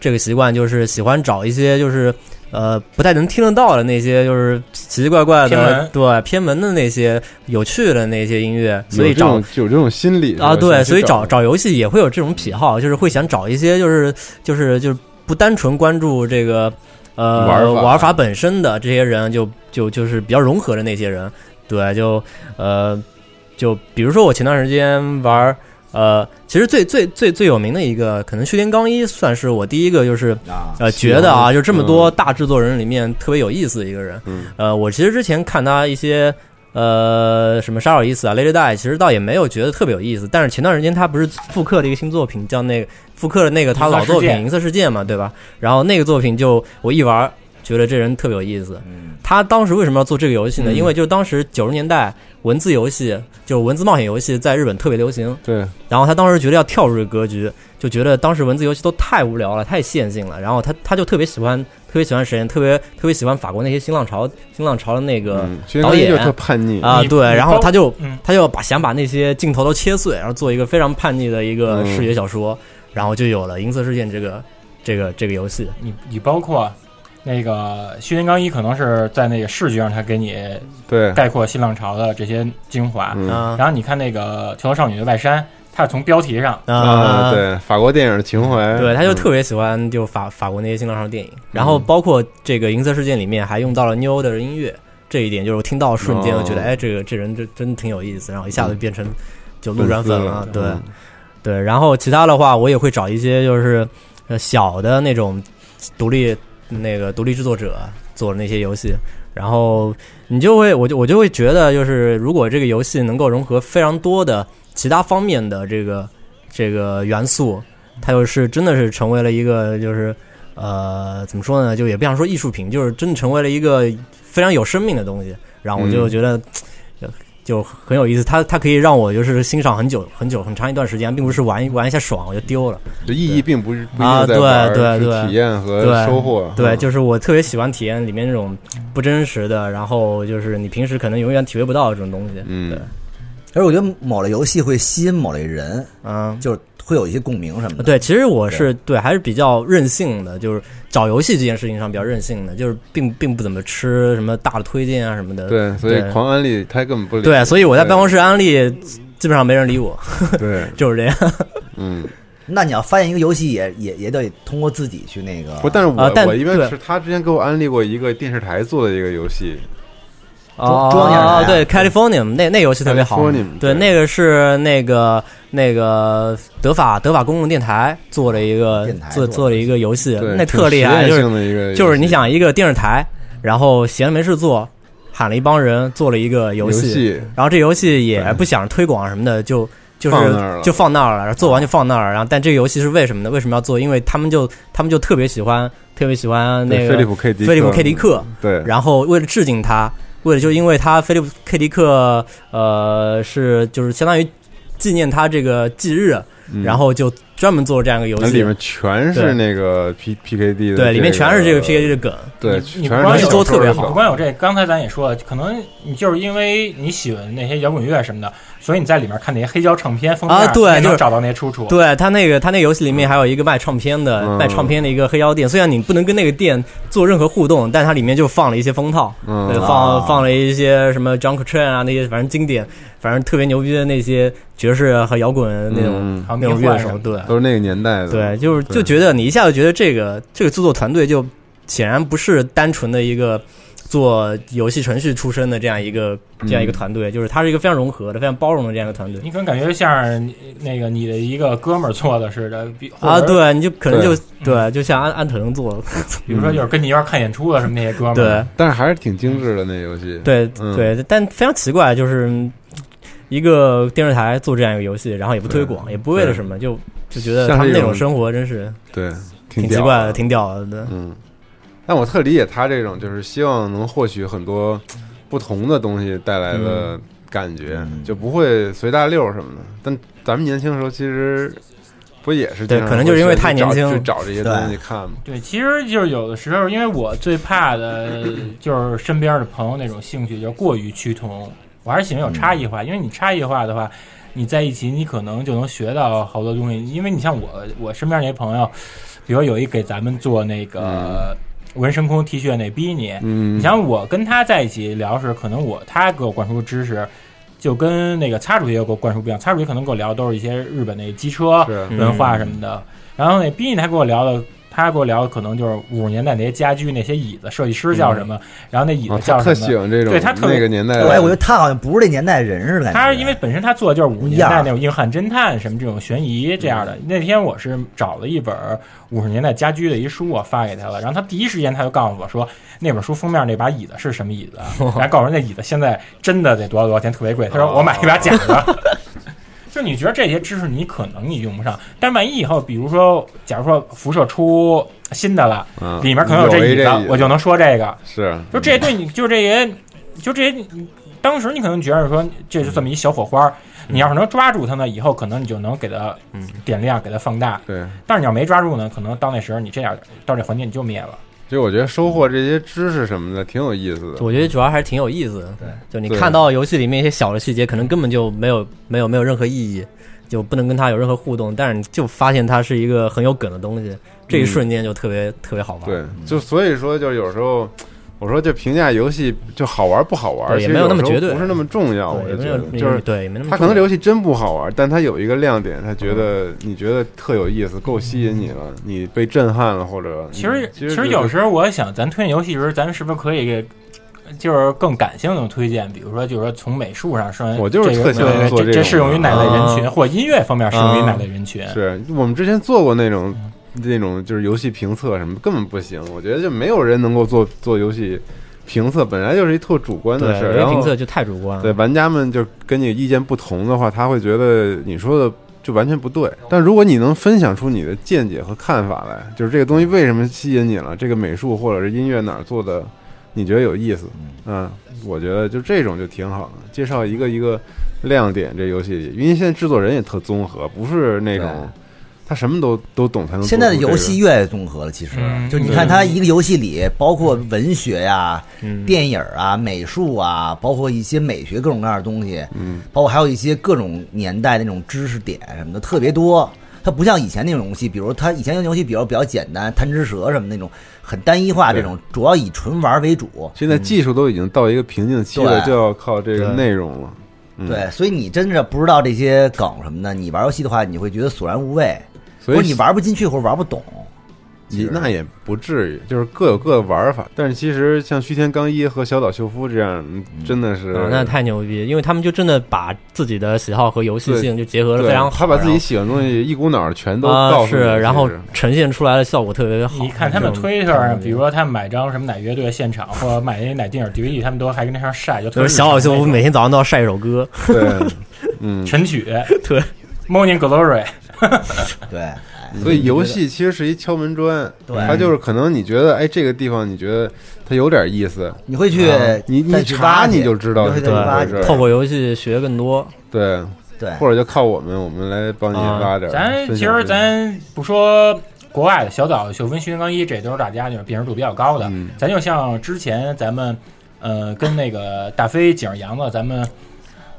Speaker 9: 这个习惯，就是喜欢找一些就是呃不太能听得到的那些就是奇奇怪怪的
Speaker 8: 偏门
Speaker 9: 对偏门的那些有趣的那些音乐，所以
Speaker 4: 有这
Speaker 9: 找
Speaker 4: 种有这种心理
Speaker 9: 啊对，所以找找游戏也会有这种癖好，就是会想找一些就是就是就是不单纯关注这个呃
Speaker 4: 玩法
Speaker 9: 玩法本身的这些人，就就就是比较融合的那些人，对，就呃就比如说我前段时间玩呃，其实最最最最有名的一个，可能《血天刚一》算是我第一个就是
Speaker 1: 啊，
Speaker 9: 呃，
Speaker 4: 喜欢
Speaker 9: 觉得啊，就这么
Speaker 4: 嗯
Speaker 9: 多大制作人里面特别有意思的一个人。
Speaker 4: 嗯
Speaker 9: 呃，我其实之前看他一些呃什么《杀手意思》啊，《Lady Die》，其实倒也没有觉得特别有意思。但是前段时间他不是复刻了一个新作品，叫那个复刻了那个他老作品《
Speaker 8: 银
Speaker 9: 银色世界》嘛，对吧？然后那个作品就我一玩儿觉得这人特别有意思。
Speaker 1: 嗯
Speaker 9: 他当时为什么要做这个游戏呢？
Speaker 4: 嗯
Speaker 9: 因为就是当时九十年代文字游戏，就是文字冒险游戏在日本特别流行。
Speaker 4: 对
Speaker 9: 然后他当时觉得要跳出这个格局，就觉得当时文字游戏都太无聊了，太线性了。然后他他就特别喜欢，特别喜欢谁，特别特别喜欢法国那些新浪潮新浪潮的那个
Speaker 4: 嗯，薛
Speaker 9: 导
Speaker 4: 刚一
Speaker 9: 演
Speaker 4: 就特叛逆
Speaker 9: 啊，
Speaker 8: 你
Speaker 9: 对。
Speaker 8: 你
Speaker 9: 然后
Speaker 8: 包
Speaker 9: 他就
Speaker 8: 嗯
Speaker 9: 他就把想把那些镜头都切碎，然后做一个非常叛逆的一个
Speaker 4: 嗯
Speaker 9: 视觉小说，然后就有了《银色事件》这个这个这个游戏。
Speaker 8: 你你包括那个《虚天刚一》，可能是在那个视觉上，他给你
Speaker 4: 对，
Speaker 8: 概括新浪潮的这些精华。
Speaker 4: 嗯
Speaker 9: 啊
Speaker 8: 然后你看那个《跳楼少女的外衫》，它是从标题上，
Speaker 4: 啊，对，法国电影的情怀，
Speaker 9: 对，他就
Speaker 4: 嗯
Speaker 9: 特别喜欢就法法国那些新浪潮电影，然后包括这个《银色事件》里面还用到了 New 的音乐，这一点就是我听到瞬间
Speaker 4: 哦
Speaker 9: 我觉得，哎，这个这人这真挺有意思，然后一下子变成就路人粉了，对
Speaker 4: 嗯
Speaker 9: 对。然后其他的话，我也会找一些就是呃小的那种独立那个独立制作者做的那些游戏，然后你就会，我就我就会觉得，就是如果这个游戏能够融合非常多的其他方面的这个这个元素，它就是真的是成为了一个就是呃怎么说呢，就也不想说艺术品，就是真的成为了一个非常有生命的东西。然后我就
Speaker 4: 嗯
Speaker 9: 觉得。就就很有意思，它它可以让我就是欣赏很久很久很长一段时间，并不是玩一玩一下爽我就丢了。
Speaker 4: 就意义并不是不一
Speaker 9: 啊
Speaker 4: 定在
Speaker 9: 对
Speaker 4: 玩儿
Speaker 9: 对
Speaker 4: 是
Speaker 9: 对
Speaker 4: 体验和
Speaker 9: 对
Speaker 4: 收获，
Speaker 9: 对，
Speaker 4: 嗯
Speaker 9: 就是我特别喜欢体验里面这种不真实的，然后就是你平时可能永远体会不到的这种东西。对
Speaker 4: 嗯，
Speaker 1: 而我觉得某类游戏会吸引某类人，
Speaker 9: 嗯，
Speaker 1: 就是会有一些共鸣什么的。
Speaker 9: 啊对，其实我是对还是比较任性的，就是找游戏这件事情上比较任性的，就是并并不怎么吃什么大的推荐啊什么的。
Speaker 4: 对，所以
Speaker 9: 对
Speaker 4: 狂安利他根本不理，
Speaker 9: 对，所以我在办公室安利，基本上没人理我，
Speaker 4: 对对，
Speaker 9: 就是这样。
Speaker 4: 嗯，
Speaker 1: 那你要发现一个游戏也，也也得通过自己去那个。
Speaker 4: 不，但是我、
Speaker 9: 啊但
Speaker 4: 我一
Speaker 9: 对
Speaker 4: 般是他之前给我安利过一个电视台做的一个游戏，
Speaker 9: 哦
Speaker 1: 装点啥呀
Speaker 9: 对，California 那那游戏特别好
Speaker 4: Californium，，
Speaker 9: 对，
Speaker 4: 对
Speaker 9: 那个是那个那个德法德法公共电台做了一个
Speaker 1: 电台
Speaker 9: 做
Speaker 1: 做的
Speaker 9: 做了一个游戏
Speaker 4: 对，，
Speaker 9: 那
Speaker 4: 挺
Speaker 9: 特厉害，
Speaker 4: 实验
Speaker 9: 就是
Speaker 4: 性的一个游戏，
Speaker 9: 就是你想一个电视台，然后闲着没事做，喊了一帮人做了一个游
Speaker 4: 游
Speaker 9: 戏，然后这游戏也
Speaker 4: 对
Speaker 9: 不想推广什么的，就就是
Speaker 4: 放那儿了啊
Speaker 9: 就放那儿了，然后做完就放那儿了。然后但这个游戏是为什么呢？为什么要做？因为他们就他们就特别喜欢特别喜欢那
Speaker 4: 对
Speaker 9: 个
Speaker 4: 菲利普 K 迪
Speaker 9: 菲利普 K 迪克，
Speaker 4: 对，
Speaker 9: 然后为了致敬他，为了就因为他菲利普 K 迪克呃是就是相当于纪念他这个忌日，
Speaker 4: 嗯
Speaker 9: 然后就专门做了这样一个游
Speaker 4: 那
Speaker 9: 戏
Speaker 4: 里。面全
Speaker 9: 对
Speaker 4: 是那个 P P K D 的、
Speaker 9: 对，里面全是这个 PKG 的梗。
Speaker 4: 对，
Speaker 8: 你你
Speaker 4: 全
Speaker 8: 不
Speaker 4: 是
Speaker 8: 光
Speaker 9: 是
Speaker 8: 有
Speaker 9: 做得特别好
Speaker 8: 不光有这，刚才咱也说了，可能你就是因为你喜欢那些摇滚乐什么的，所以你在里面看那些黑胶唱片封面，
Speaker 9: 啊对
Speaker 8: 你也能
Speaker 9: 就是
Speaker 8: 找到那些出处。
Speaker 9: 对他那个他那游戏里面还有一个卖唱片的、
Speaker 4: 呃嗯
Speaker 9: 卖唱片的一个黑胶店，虽然你不能跟那个店做任何互动，但它里面就放了一些封套，
Speaker 4: 嗯
Speaker 9: 对，
Speaker 1: 啊
Speaker 9: 放放了一些什么 Junk Train 啊那些，反正经典，反正特别牛逼的那些爵士啊和摇滚那种、
Speaker 4: 嗯
Speaker 8: 还有
Speaker 9: 那
Speaker 8: 迷
Speaker 9: 种乐
Speaker 8: 幻什
Speaker 9: 手，
Speaker 8: 么的。
Speaker 9: 对
Speaker 4: 都是那个年代的，
Speaker 9: 对，就是
Speaker 4: 对
Speaker 9: 就觉得你一下就觉得这个这个制作团队就显然不是单纯的一个做游戏程序出身的这样一个这
Speaker 4: 嗯
Speaker 9: 样一个团队，就是它是一个非常融合的、非常包容的这样一个团队
Speaker 8: 你可能感觉像你那个你的一个哥们儿做的似的，比
Speaker 9: 啊。，
Speaker 8: 或者
Speaker 9: 对，你就可能就对，就像安安藤做，
Speaker 8: 比如说就是跟你一块儿看演出啊的什么那些哥们
Speaker 9: 对
Speaker 8: 儿，
Speaker 4: 但是还是挺精致的那游戏。
Speaker 9: 对
Speaker 4: 嗯
Speaker 9: 对，但非常奇怪，就是一个电视台做这样一个游戏，然后也不推广，也不为了什么，就就觉得
Speaker 4: 像
Speaker 9: 他们
Speaker 4: 这
Speaker 9: 那种
Speaker 4: 种
Speaker 9: 生活真是
Speaker 4: 对，挺
Speaker 9: 挺
Speaker 4: 屌
Speaker 9: 奇怪的，挺屌的。对
Speaker 4: 嗯，但我特理解他这种，就是希望能获取很多不同的东西带来的感觉，
Speaker 1: 嗯
Speaker 4: 就不会随大溜什么的。但咱们年轻时候其实不也是
Speaker 9: 对可能就是因为太年轻
Speaker 4: 去找这些东西看嘛。
Speaker 8: 对，其实就是有的时候，因为我最怕的就是身边的朋友那种兴趣就过于趋同，我还是喜欢有差异化，因为你差异化的话，你在一起你可能就能学到好多东西。因为你像我，我身边那些朋友，比如有一给咱们做那个纹身空 T 恤那逼你，
Speaker 4: 嗯
Speaker 8: 你，像我跟他在一起聊时，可能我他给我灌输的知识，就跟那个擦主也给我灌输不一样。擦主也可能给我聊的都是一些日本那机车
Speaker 4: 是
Speaker 8: 文化什么的，然后那 B 他给我聊的。他给我聊的可能就是五十年代那些家居、那些椅子，设计师叫什么，然后那椅子
Speaker 4: 啊
Speaker 8: 叫
Speaker 4: 嗯他特
Speaker 8: 什
Speaker 4: 喜
Speaker 8: 么。
Speaker 4: 欢这种
Speaker 8: 对他特别
Speaker 4: 那个年代
Speaker 1: 哎，我觉
Speaker 4: 的
Speaker 1: 得他好像不是这年代人似的，感觉
Speaker 8: 他因为本身他做的就是五十年
Speaker 1: 样
Speaker 8: 代
Speaker 1: 儿
Speaker 8: 那种硬汉侦探什么这种悬疑这样的。那天我是找了一本五十年代家居的一书，我发给他了，然后他第一时间他就告诉我说，那本书封面那把椅子是什么椅子，啊然后告诉我那椅子现在真的得多少多少钱，特别贵。他说我买一把假的。 就你觉得这些知识你可能你用不上，但万一以后，比如说，假如说辐射出新的了，
Speaker 4: 嗯
Speaker 8: 里面可能
Speaker 4: 有
Speaker 8: 这
Speaker 4: 一
Speaker 8: 椅子，我就能说这个。
Speaker 4: 是
Speaker 8: 就这些对你，就这些，就这些，当时你可能觉得说这是这么一小火花儿，你要是能抓住它呢，以后可能你就能给它
Speaker 4: 嗯
Speaker 8: 点亮，给它放大。
Speaker 4: 对。
Speaker 8: 但是你要没抓住呢，可能到那时候你这样到这环节你就灭了。
Speaker 4: 就我觉得收获这些知识什么的挺有意思的。
Speaker 9: 我觉得主要还是挺有意思的。对，就你
Speaker 4: 对
Speaker 9: 看到游戏里面一些小的细节，可能根本就没有没有没有任何意义，就不能跟它有任何互动，但是你就发现它是一个很有梗的东西，这一瞬间就特别、特别好玩。嗯
Speaker 4: 对，就所以说，就有时候我说就评价游戏就好玩不好玩，
Speaker 9: 对
Speaker 4: 其
Speaker 9: 也
Speaker 4: 实
Speaker 9: 没有那么
Speaker 4: 时候
Speaker 9: 绝对
Speaker 4: 不是那么重要。我
Speaker 9: 对，也
Speaker 4: 就
Speaker 9: 没
Speaker 4: 觉
Speaker 9: 有
Speaker 4: 得就是
Speaker 9: 对也没那么
Speaker 4: 他可能
Speaker 9: 重要嗯
Speaker 4: 游戏真不好玩，但他有一个亮点，他觉得你觉得特有意思，够吸引你了，你被震撼了，或者
Speaker 8: 其实
Speaker 4: 嗯
Speaker 8: 其
Speaker 4: 其实
Speaker 8: 实有时候我想，咱推荐游戏的时候，咱们是不是可以给？就是更感性的推荐，比如说，就是说从美术上说，
Speaker 4: 我就是特
Speaker 8: 这个
Speaker 4: 喜欢
Speaker 8: 对
Speaker 4: 做
Speaker 8: 对这
Speaker 4: 这种
Speaker 8: 适用于哪类人群，
Speaker 9: 啊
Speaker 8: 或音乐方面适用于
Speaker 9: 啊
Speaker 8: 哪类人群？
Speaker 4: 是我们之前做过那种那种就是游戏评测什么根本不行，我觉得就没有人能够做做游戏评测，本来就是一特主观的
Speaker 9: 对，
Speaker 4: 事儿，然
Speaker 9: 有些
Speaker 4: 后
Speaker 9: 评测就太主
Speaker 1: 嗯
Speaker 9: 观了。啊
Speaker 4: 对玩家们就跟你意见不同的话，他会觉得你说的就完全不对。但如果你能分享出你的见解和看法来，就是这个东西为什么吸引你了，这个美术或者是音乐哪儿做的，你觉得有意思，嗯，我觉得就这种就挺好的。介绍一个一个亮点，这游戏里，因为现在制作人也特综合，不是那种他什么都都懂才能做出这
Speaker 1: 现
Speaker 4: 个。
Speaker 1: 在的游戏越来越综合了，其实、
Speaker 8: 嗯
Speaker 1: 就你看它一个游戏里包括文学呀、
Speaker 4: 嗯
Speaker 1: 电影啊、美术啊，包括一些美学各种各样的东西，
Speaker 4: 嗯，
Speaker 1: 包括还有一些各种年代那种知识点什么的特别多。它不像以前那种游戏，比如它以前那种游戏比较比较简单，贪吃蛇什么那种很单一化，这
Speaker 4: 对
Speaker 1: 种主要以纯玩为主。
Speaker 4: 现在技术都已经到一个瓶颈期了，
Speaker 1: 对
Speaker 4: 就要靠这个
Speaker 9: 对
Speaker 4: 内容了。嗯
Speaker 1: 对，所以你真的不知道这些梗什么的，你玩游戏的话，你会觉得索然无味，
Speaker 4: 所
Speaker 1: 或
Speaker 4: 以
Speaker 1: 者你玩不进去或者玩不懂。
Speaker 4: 也那也不至于，就是各有各的玩法。但是其实像须田刚一和小岛秀夫这样，真的是、
Speaker 9: 啊，那太牛逼！因为他们就真的把自己的喜好和游戏
Speaker 4: 对
Speaker 9: 性就结合的
Speaker 4: 对
Speaker 9: 非常好，
Speaker 4: 他把自己喜欢的东西一股脑儿全都
Speaker 9: 啊
Speaker 4: 告诉
Speaker 9: 是
Speaker 4: 你、，
Speaker 9: 然后
Speaker 4: 其实
Speaker 9: 呈现出来的效果特别好。
Speaker 8: 你看他们
Speaker 9: 就
Speaker 8: 推特上，比如说他们买张什么哪乐队现场，或者买那哪电影 DVD，他们都还跟那上晒，就特
Speaker 9: 就
Speaker 8: 别
Speaker 9: 是小
Speaker 8: 日
Speaker 9: 小
Speaker 8: 常
Speaker 9: 秀
Speaker 8: 那
Speaker 9: 夫
Speaker 8: 种
Speaker 9: 每天早上都要晒一首歌，
Speaker 4: 对，嗯，
Speaker 8: 晨曲，
Speaker 9: 对
Speaker 8: ，Morning Glory，
Speaker 1: 对，
Speaker 4: 所以游戏其实是一敲门砖，
Speaker 1: 对
Speaker 4: 它就是可能你觉得哎这个地方你觉得它有点意思，
Speaker 1: 你会去
Speaker 4: 啊你你
Speaker 1: 再去
Speaker 4: 查
Speaker 1: 挖
Speaker 4: 你
Speaker 1: 掘
Speaker 4: 就知道
Speaker 1: 你会
Speaker 4: 是
Speaker 1: 再
Speaker 4: 怎
Speaker 1: 去
Speaker 4: 么
Speaker 1: 挖
Speaker 4: 回
Speaker 1: 掘
Speaker 4: 事儿
Speaker 9: 透过游戏学更多。
Speaker 4: 对，
Speaker 1: 对，
Speaker 4: 或者就靠我们，我们来帮你拉点儿
Speaker 9: 啊
Speaker 8: 咱
Speaker 4: 分
Speaker 8: 其
Speaker 4: 享分享。
Speaker 8: 实咱不说国外的小岛秀夫、徐云刚一，这都是大家就是辨识度比较高的。
Speaker 4: 嗯
Speaker 8: 咱就像之前咱们呃跟那个大飞、景儿、杨子咱们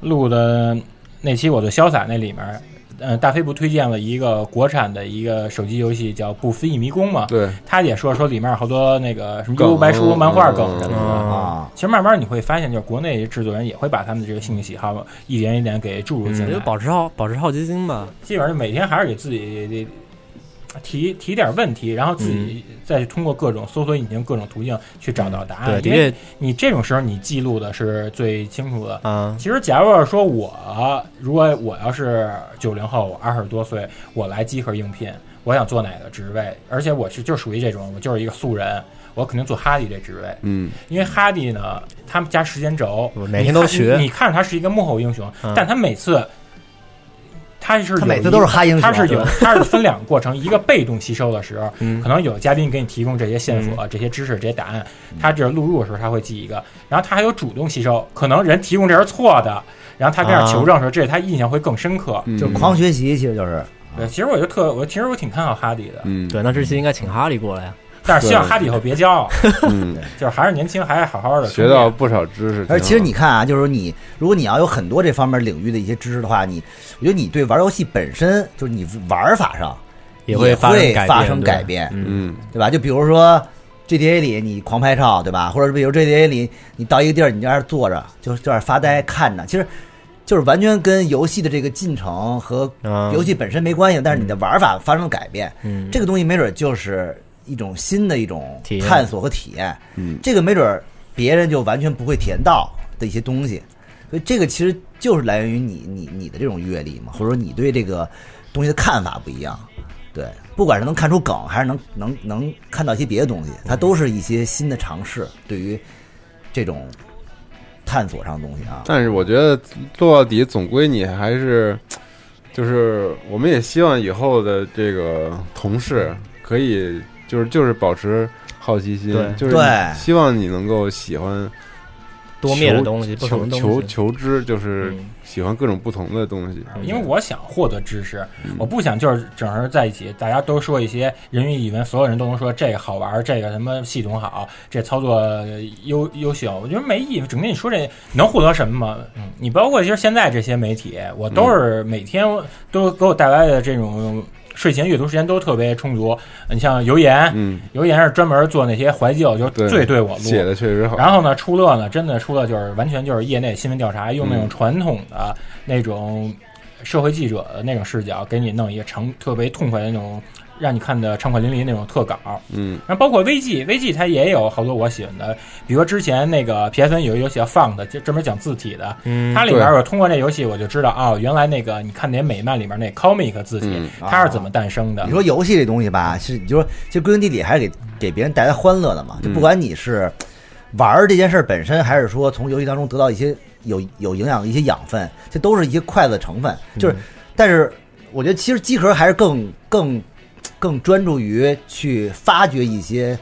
Speaker 8: 录的那期《我的潇洒》那里面，嗯、大飞不推荐了一个国产的一个手机游戏叫《不思议迷宫》吗？
Speaker 4: 对，
Speaker 8: 他也说说里面好多那个什么
Speaker 4: 梗
Speaker 8: 幽白书、
Speaker 4: 嗯
Speaker 8: 漫画梗什么的。
Speaker 9: 嗯，
Speaker 1: 啊，
Speaker 8: 其实慢慢你会发现，就是国内制作人也会把他们的这个兴趣喜好一点一点给注入
Speaker 4: 嗯
Speaker 9: 我
Speaker 8: 进
Speaker 9: 觉
Speaker 8: 来
Speaker 9: 得。保持好保持好奇心吧。
Speaker 8: 基本上每天还是给自己提提点问题，然后自己
Speaker 9: 嗯
Speaker 8: 再通过各种搜索引擎、各种途径去找到答案。
Speaker 9: 嗯对，的
Speaker 8: 因为
Speaker 9: 确，
Speaker 8: 你这种时候你记录的是最清楚的。
Speaker 9: 啊，
Speaker 8: 其实，假如要是说我，如果我要是九零后，我二十多岁，我来集合应聘，我想做哪个职位？而且我是就属于这种，我就是一个素人，我肯定做哈迪这职位，
Speaker 4: 嗯，
Speaker 8: 因为哈迪呢，他们家时间轴
Speaker 9: 我每天都学
Speaker 8: 你看你看着他是一个幕后英雄，
Speaker 9: 嗯
Speaker 8: 但他每次他是
Speaker 1: 他
Speaker 8: 有
Speaker 1: 每次
Speaker 8: 一
Speaker 1: 都是哈英雄，啊
Speaker 8: 它是有，它是分两个过程，一个被动吸收的时候，
Speaker 5: 嗯
Speaker 8: 可能有嘉宾给你提供这些线
Speaker 4: 嗯
Speaker 8: 索、这些知识、这些答案，他这录入的时候他会记一个，然后他还有主动吸收，可能人提供这是错的，然后他跟那儿
Speaker 9: 啊
Speaker 8: 求证的时候，这是他印象会更深刻。
Speaker 4: 嗯
Speaker 1: 就是狂学习，其实就是
Speaker 8: 对，其实我就特，我其实我挺看好哈迪的，
Speaker 4: 嗯
Speaker 9: 对，那这期应该请哈利过来呀。
Speaker 8: 但是希望哈迪以后别骄傲，
Speaker 4: 嗯，
Speaker 8: 就是还是年轻，还是好好的
Speaker 4: 学到不少知识。
Speaker 1: 而
Speaker 4: 挺
Speaker 1: 其实
Speaker 4: 好
Speaker 1: 你看啊，就是你，如果你要有很多这方面领域的一些知识的话，你，我觉得你对玩游戏本身，就是你玩法上
Speaker 9: 也
Speaker 1: 会
Speaker 9: 会发生改变
Speaker 1: 发生
Speaker 9: 对
Speaker 1: 改变，
Speaker 4: 嗯
Speaker 1: 对吧？就比如说 GTA 里你狂拍照，对吧？或者比如 GTA 里你到一个地儿，你就在那儿坐着，就就在那儿发
Speaker 9: 嗯
Speaker 1: 呆看着，其实就是完全跟游戏的这个进程和
Speaker 9: 嗯
Speaker 1: 游戏本身没关系，但是你的玩法发生了改变，
Speaker 9: 嗯，
Speaker 1: 这个东西没准就是一种新的一种
Speaker 9: 体验
Speaker 1: 探索和体验，
Speaker 4: 嗯
Speaker 1: 这个没准儿别人就完全不会体验到的一些东西，所以这个其实就是来源于你你你的这种阅历嘛，或者说你对这个东西的看法不一样，对，不管是能看出梗，还是能能能看到一些别的东西，它都是一些新的尝试，对于这种探索上的东西啊，
Speaker 4: 但是我觉得做到底，总归你还是，就是我们也希望以后的这个同事可以，就是就是保持好奇心，
Speaker 9: 对
Speaker 4: 就是
Speaker 1: 对
Speaker 4: 希望你能够喜欢
Speaker 9: 多面的东西，不
Speaker 4: 求
Speaker 9: 同的
Speaker 4: 求
Speaker 9: 东西。
Speaker 4: 求知，就是
Speaker 9: 嗯
Speaker 4: 喜欢各种不同的东西。
Speaker 8: 因为我想获得知识，
Speaker 4: 嗯
Speaker 8: 我不想就是整儿在一起，大家都说一些人云亦云，所有人都能说这个好玩，这个什么系统好，这操作呃优优秀，我觉得没意思。整天你说这能获得什么吗？嗯，你包括其实现在这些媒体，我
Speaker 4: 嗯
Speaker 8: 都是每天都给我带来的这种睡前阅读时间都特别充足。你像油盐，
Speaker 4: 嗯，
Speaker 8: 油盐是专门做那些怀旧，就是
Speaker 4: 对
Speaker 8: 最对我录
Speaker 4: 写的确实好。
Speaker 8: 然后呢，出乐呢，真的出乐就是完全就是业内新闻调查，用那种传统的那种社会记者的那种视角，给你弄一个长特别痛快的那种，让你看的畅快淋漓那种特稿。
Speaker 4: 嗯，
Speaker 8: 然后包括 VG，VG 它也有好多我喜欢的，比如说之前那个 PFN 有一游戏叫 Font，就专门讲字体的，
Speaker 9: 嗯
Speaker 8: 它里边
Speaker 4: 对
Speaker 8: 我通过这游戏我就知道啊、原来那个你看那美漫里面那 comic 字体、
Speaker 4: 嗯
Speaker 8: 它是怎么诞生的
Speaker 1: 你。说游戏这东西吧，是你说其实归根结底还是给给别人带来欢乐的嘛，就不管你是玩儿这件事儿本身，还是说从游戏当中得到一些有有营养的一些养分，这都是一些快乐成分。就是，
Speaker 4: 嗯
Speaker 1: 但是我觉得其实机壳还是更更更专注于去发掘一些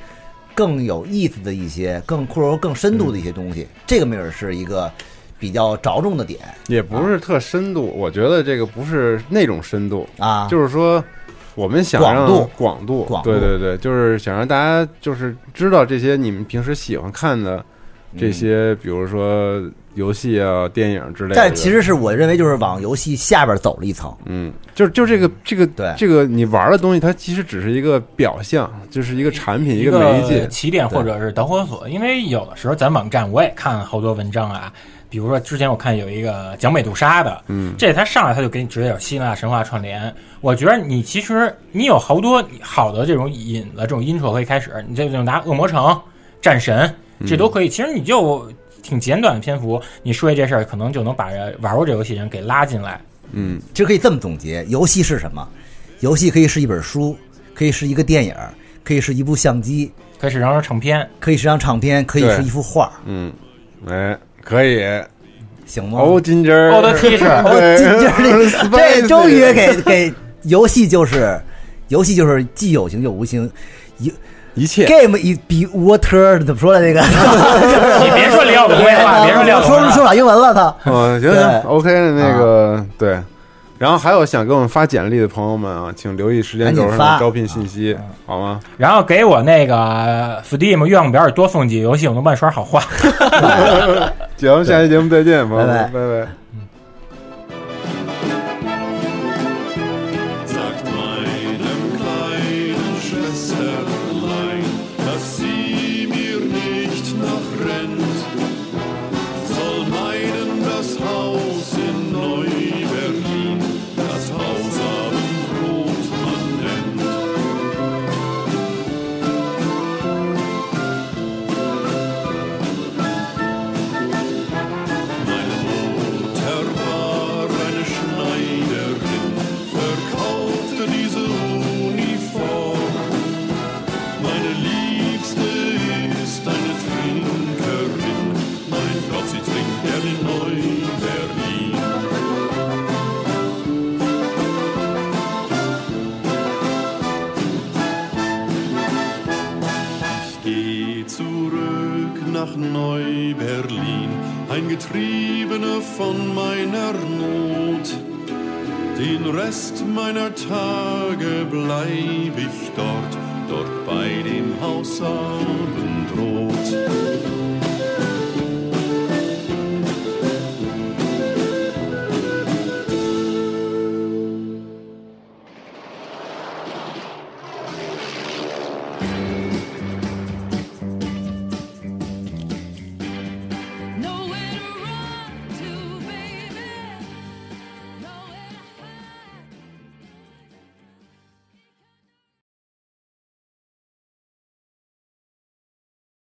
Speaker 1: 更有意思的一些更或者说更深度的一些东西，
Speaker 4: 嗯
Speaker 1: 这个没准是一个比较着重的点
Speaker 4: 也不是特深度，我觉得这个不是那种深度，
Speaker 1: 啊。
Speaker 4: 就是说，我们想
Speaker 1: 广
Speaker 4: 让
Speaker 1: 度
Speaker 4: 广度，
Speaker 1: 广度
Speaker 4: 对对对，就是想让大家就是知道这些你们平时喜欢看的这些，比如说游戏啊、电影之类的。
Speaker 1: 嗯但其，实是我认为就是往游戏下边走了一层。
Speaker 4: 嗯，就就这个这个
Speaker 1: 对
Speaker 4: 这个你玩的东西，它其实只是一个表象，就是一个产品，个媒介。
Speaker 8: 起点或者是导火索，因为有的时候咱网站我也看好多文章啊，比如说之前我看有一个讲美杜莎的，
Speaker 4: 嗯，
Speaker 8: 这他上来他就给你直接有希腊神话串联，我觉得你其实你有好多好的这种引子，这种 intro 可以开始，你这就拿恶魔城、战神
Speaker 4: 嗯
Speaker 8: 这都可以，其实你就挺简短的篇幅，你说一这事儿，可能就能把人玩过这游戏人给拉进来。
Speaker 4: 嗯，
Speaker 1: 其实可以这么总结：游戏是什么？游戏可以是一本书，可以是一个电影，可以是一部相机，
Speaker 8: 开始让人成片，
Speaker 1: 可以是张唱片，可以是一幅画，
Speaker 4: 嗯，哎，可以。
Speaker 1: 行吗？
Speaker 4: 哦，金针儿，
Speaker 8: 哦的 T-shirt
Speaker 1: 哦
Speaker 4: 对
Speaker 1: 今今儿 这这终于
Speaker 4: Spicy
Speaker 1: 给给游戏就是游戏就是既有形又无形。一
Speaker 4: 一切
Speaker 1: game is be water 怎么说来这个？
Speaker 8: 你别说李奥董废 话，别说李奥
Speaker 1: 我
Speaker 8: 董
Speaker 1: 说
Speaker 8: 废
Speaker 1: 不
Speaker 8: 话
Speaker 1: 说。老英文了， 操！
Speaker 4: 哦，行
Speaker 1: 对啊
Speaker 4: 行，OK，那个对。然后还有想给我们发简历的朋友们啊，请留意时间轴
Speaker 1: 赶紧
Speaker 4: 上
Speaker 1: 发啊
Speaker 4: 的招聘信息，好吗？
Speaker 8: 然后给我那个 Steam 愿望表里多送几个游戏，我能帮你刷好话。
Speaker 4: 行，下期节目再见，朋友
Speaker 1: 拜
Speaker 4: 们
Speaker 1: 拜，
Speaker 4: 拜拜。
Speaker 7: Sagt meinem kleinen Schwesterlein, dass sie mir nicht nachrennt. Soll meinen das Haus in Neu-Berlin, das Haus am Brotmann nennt. ein Getriebener von meiner Not. Den Rest meiner Tage bleib ich dort, dort bei dem Hausabendrot.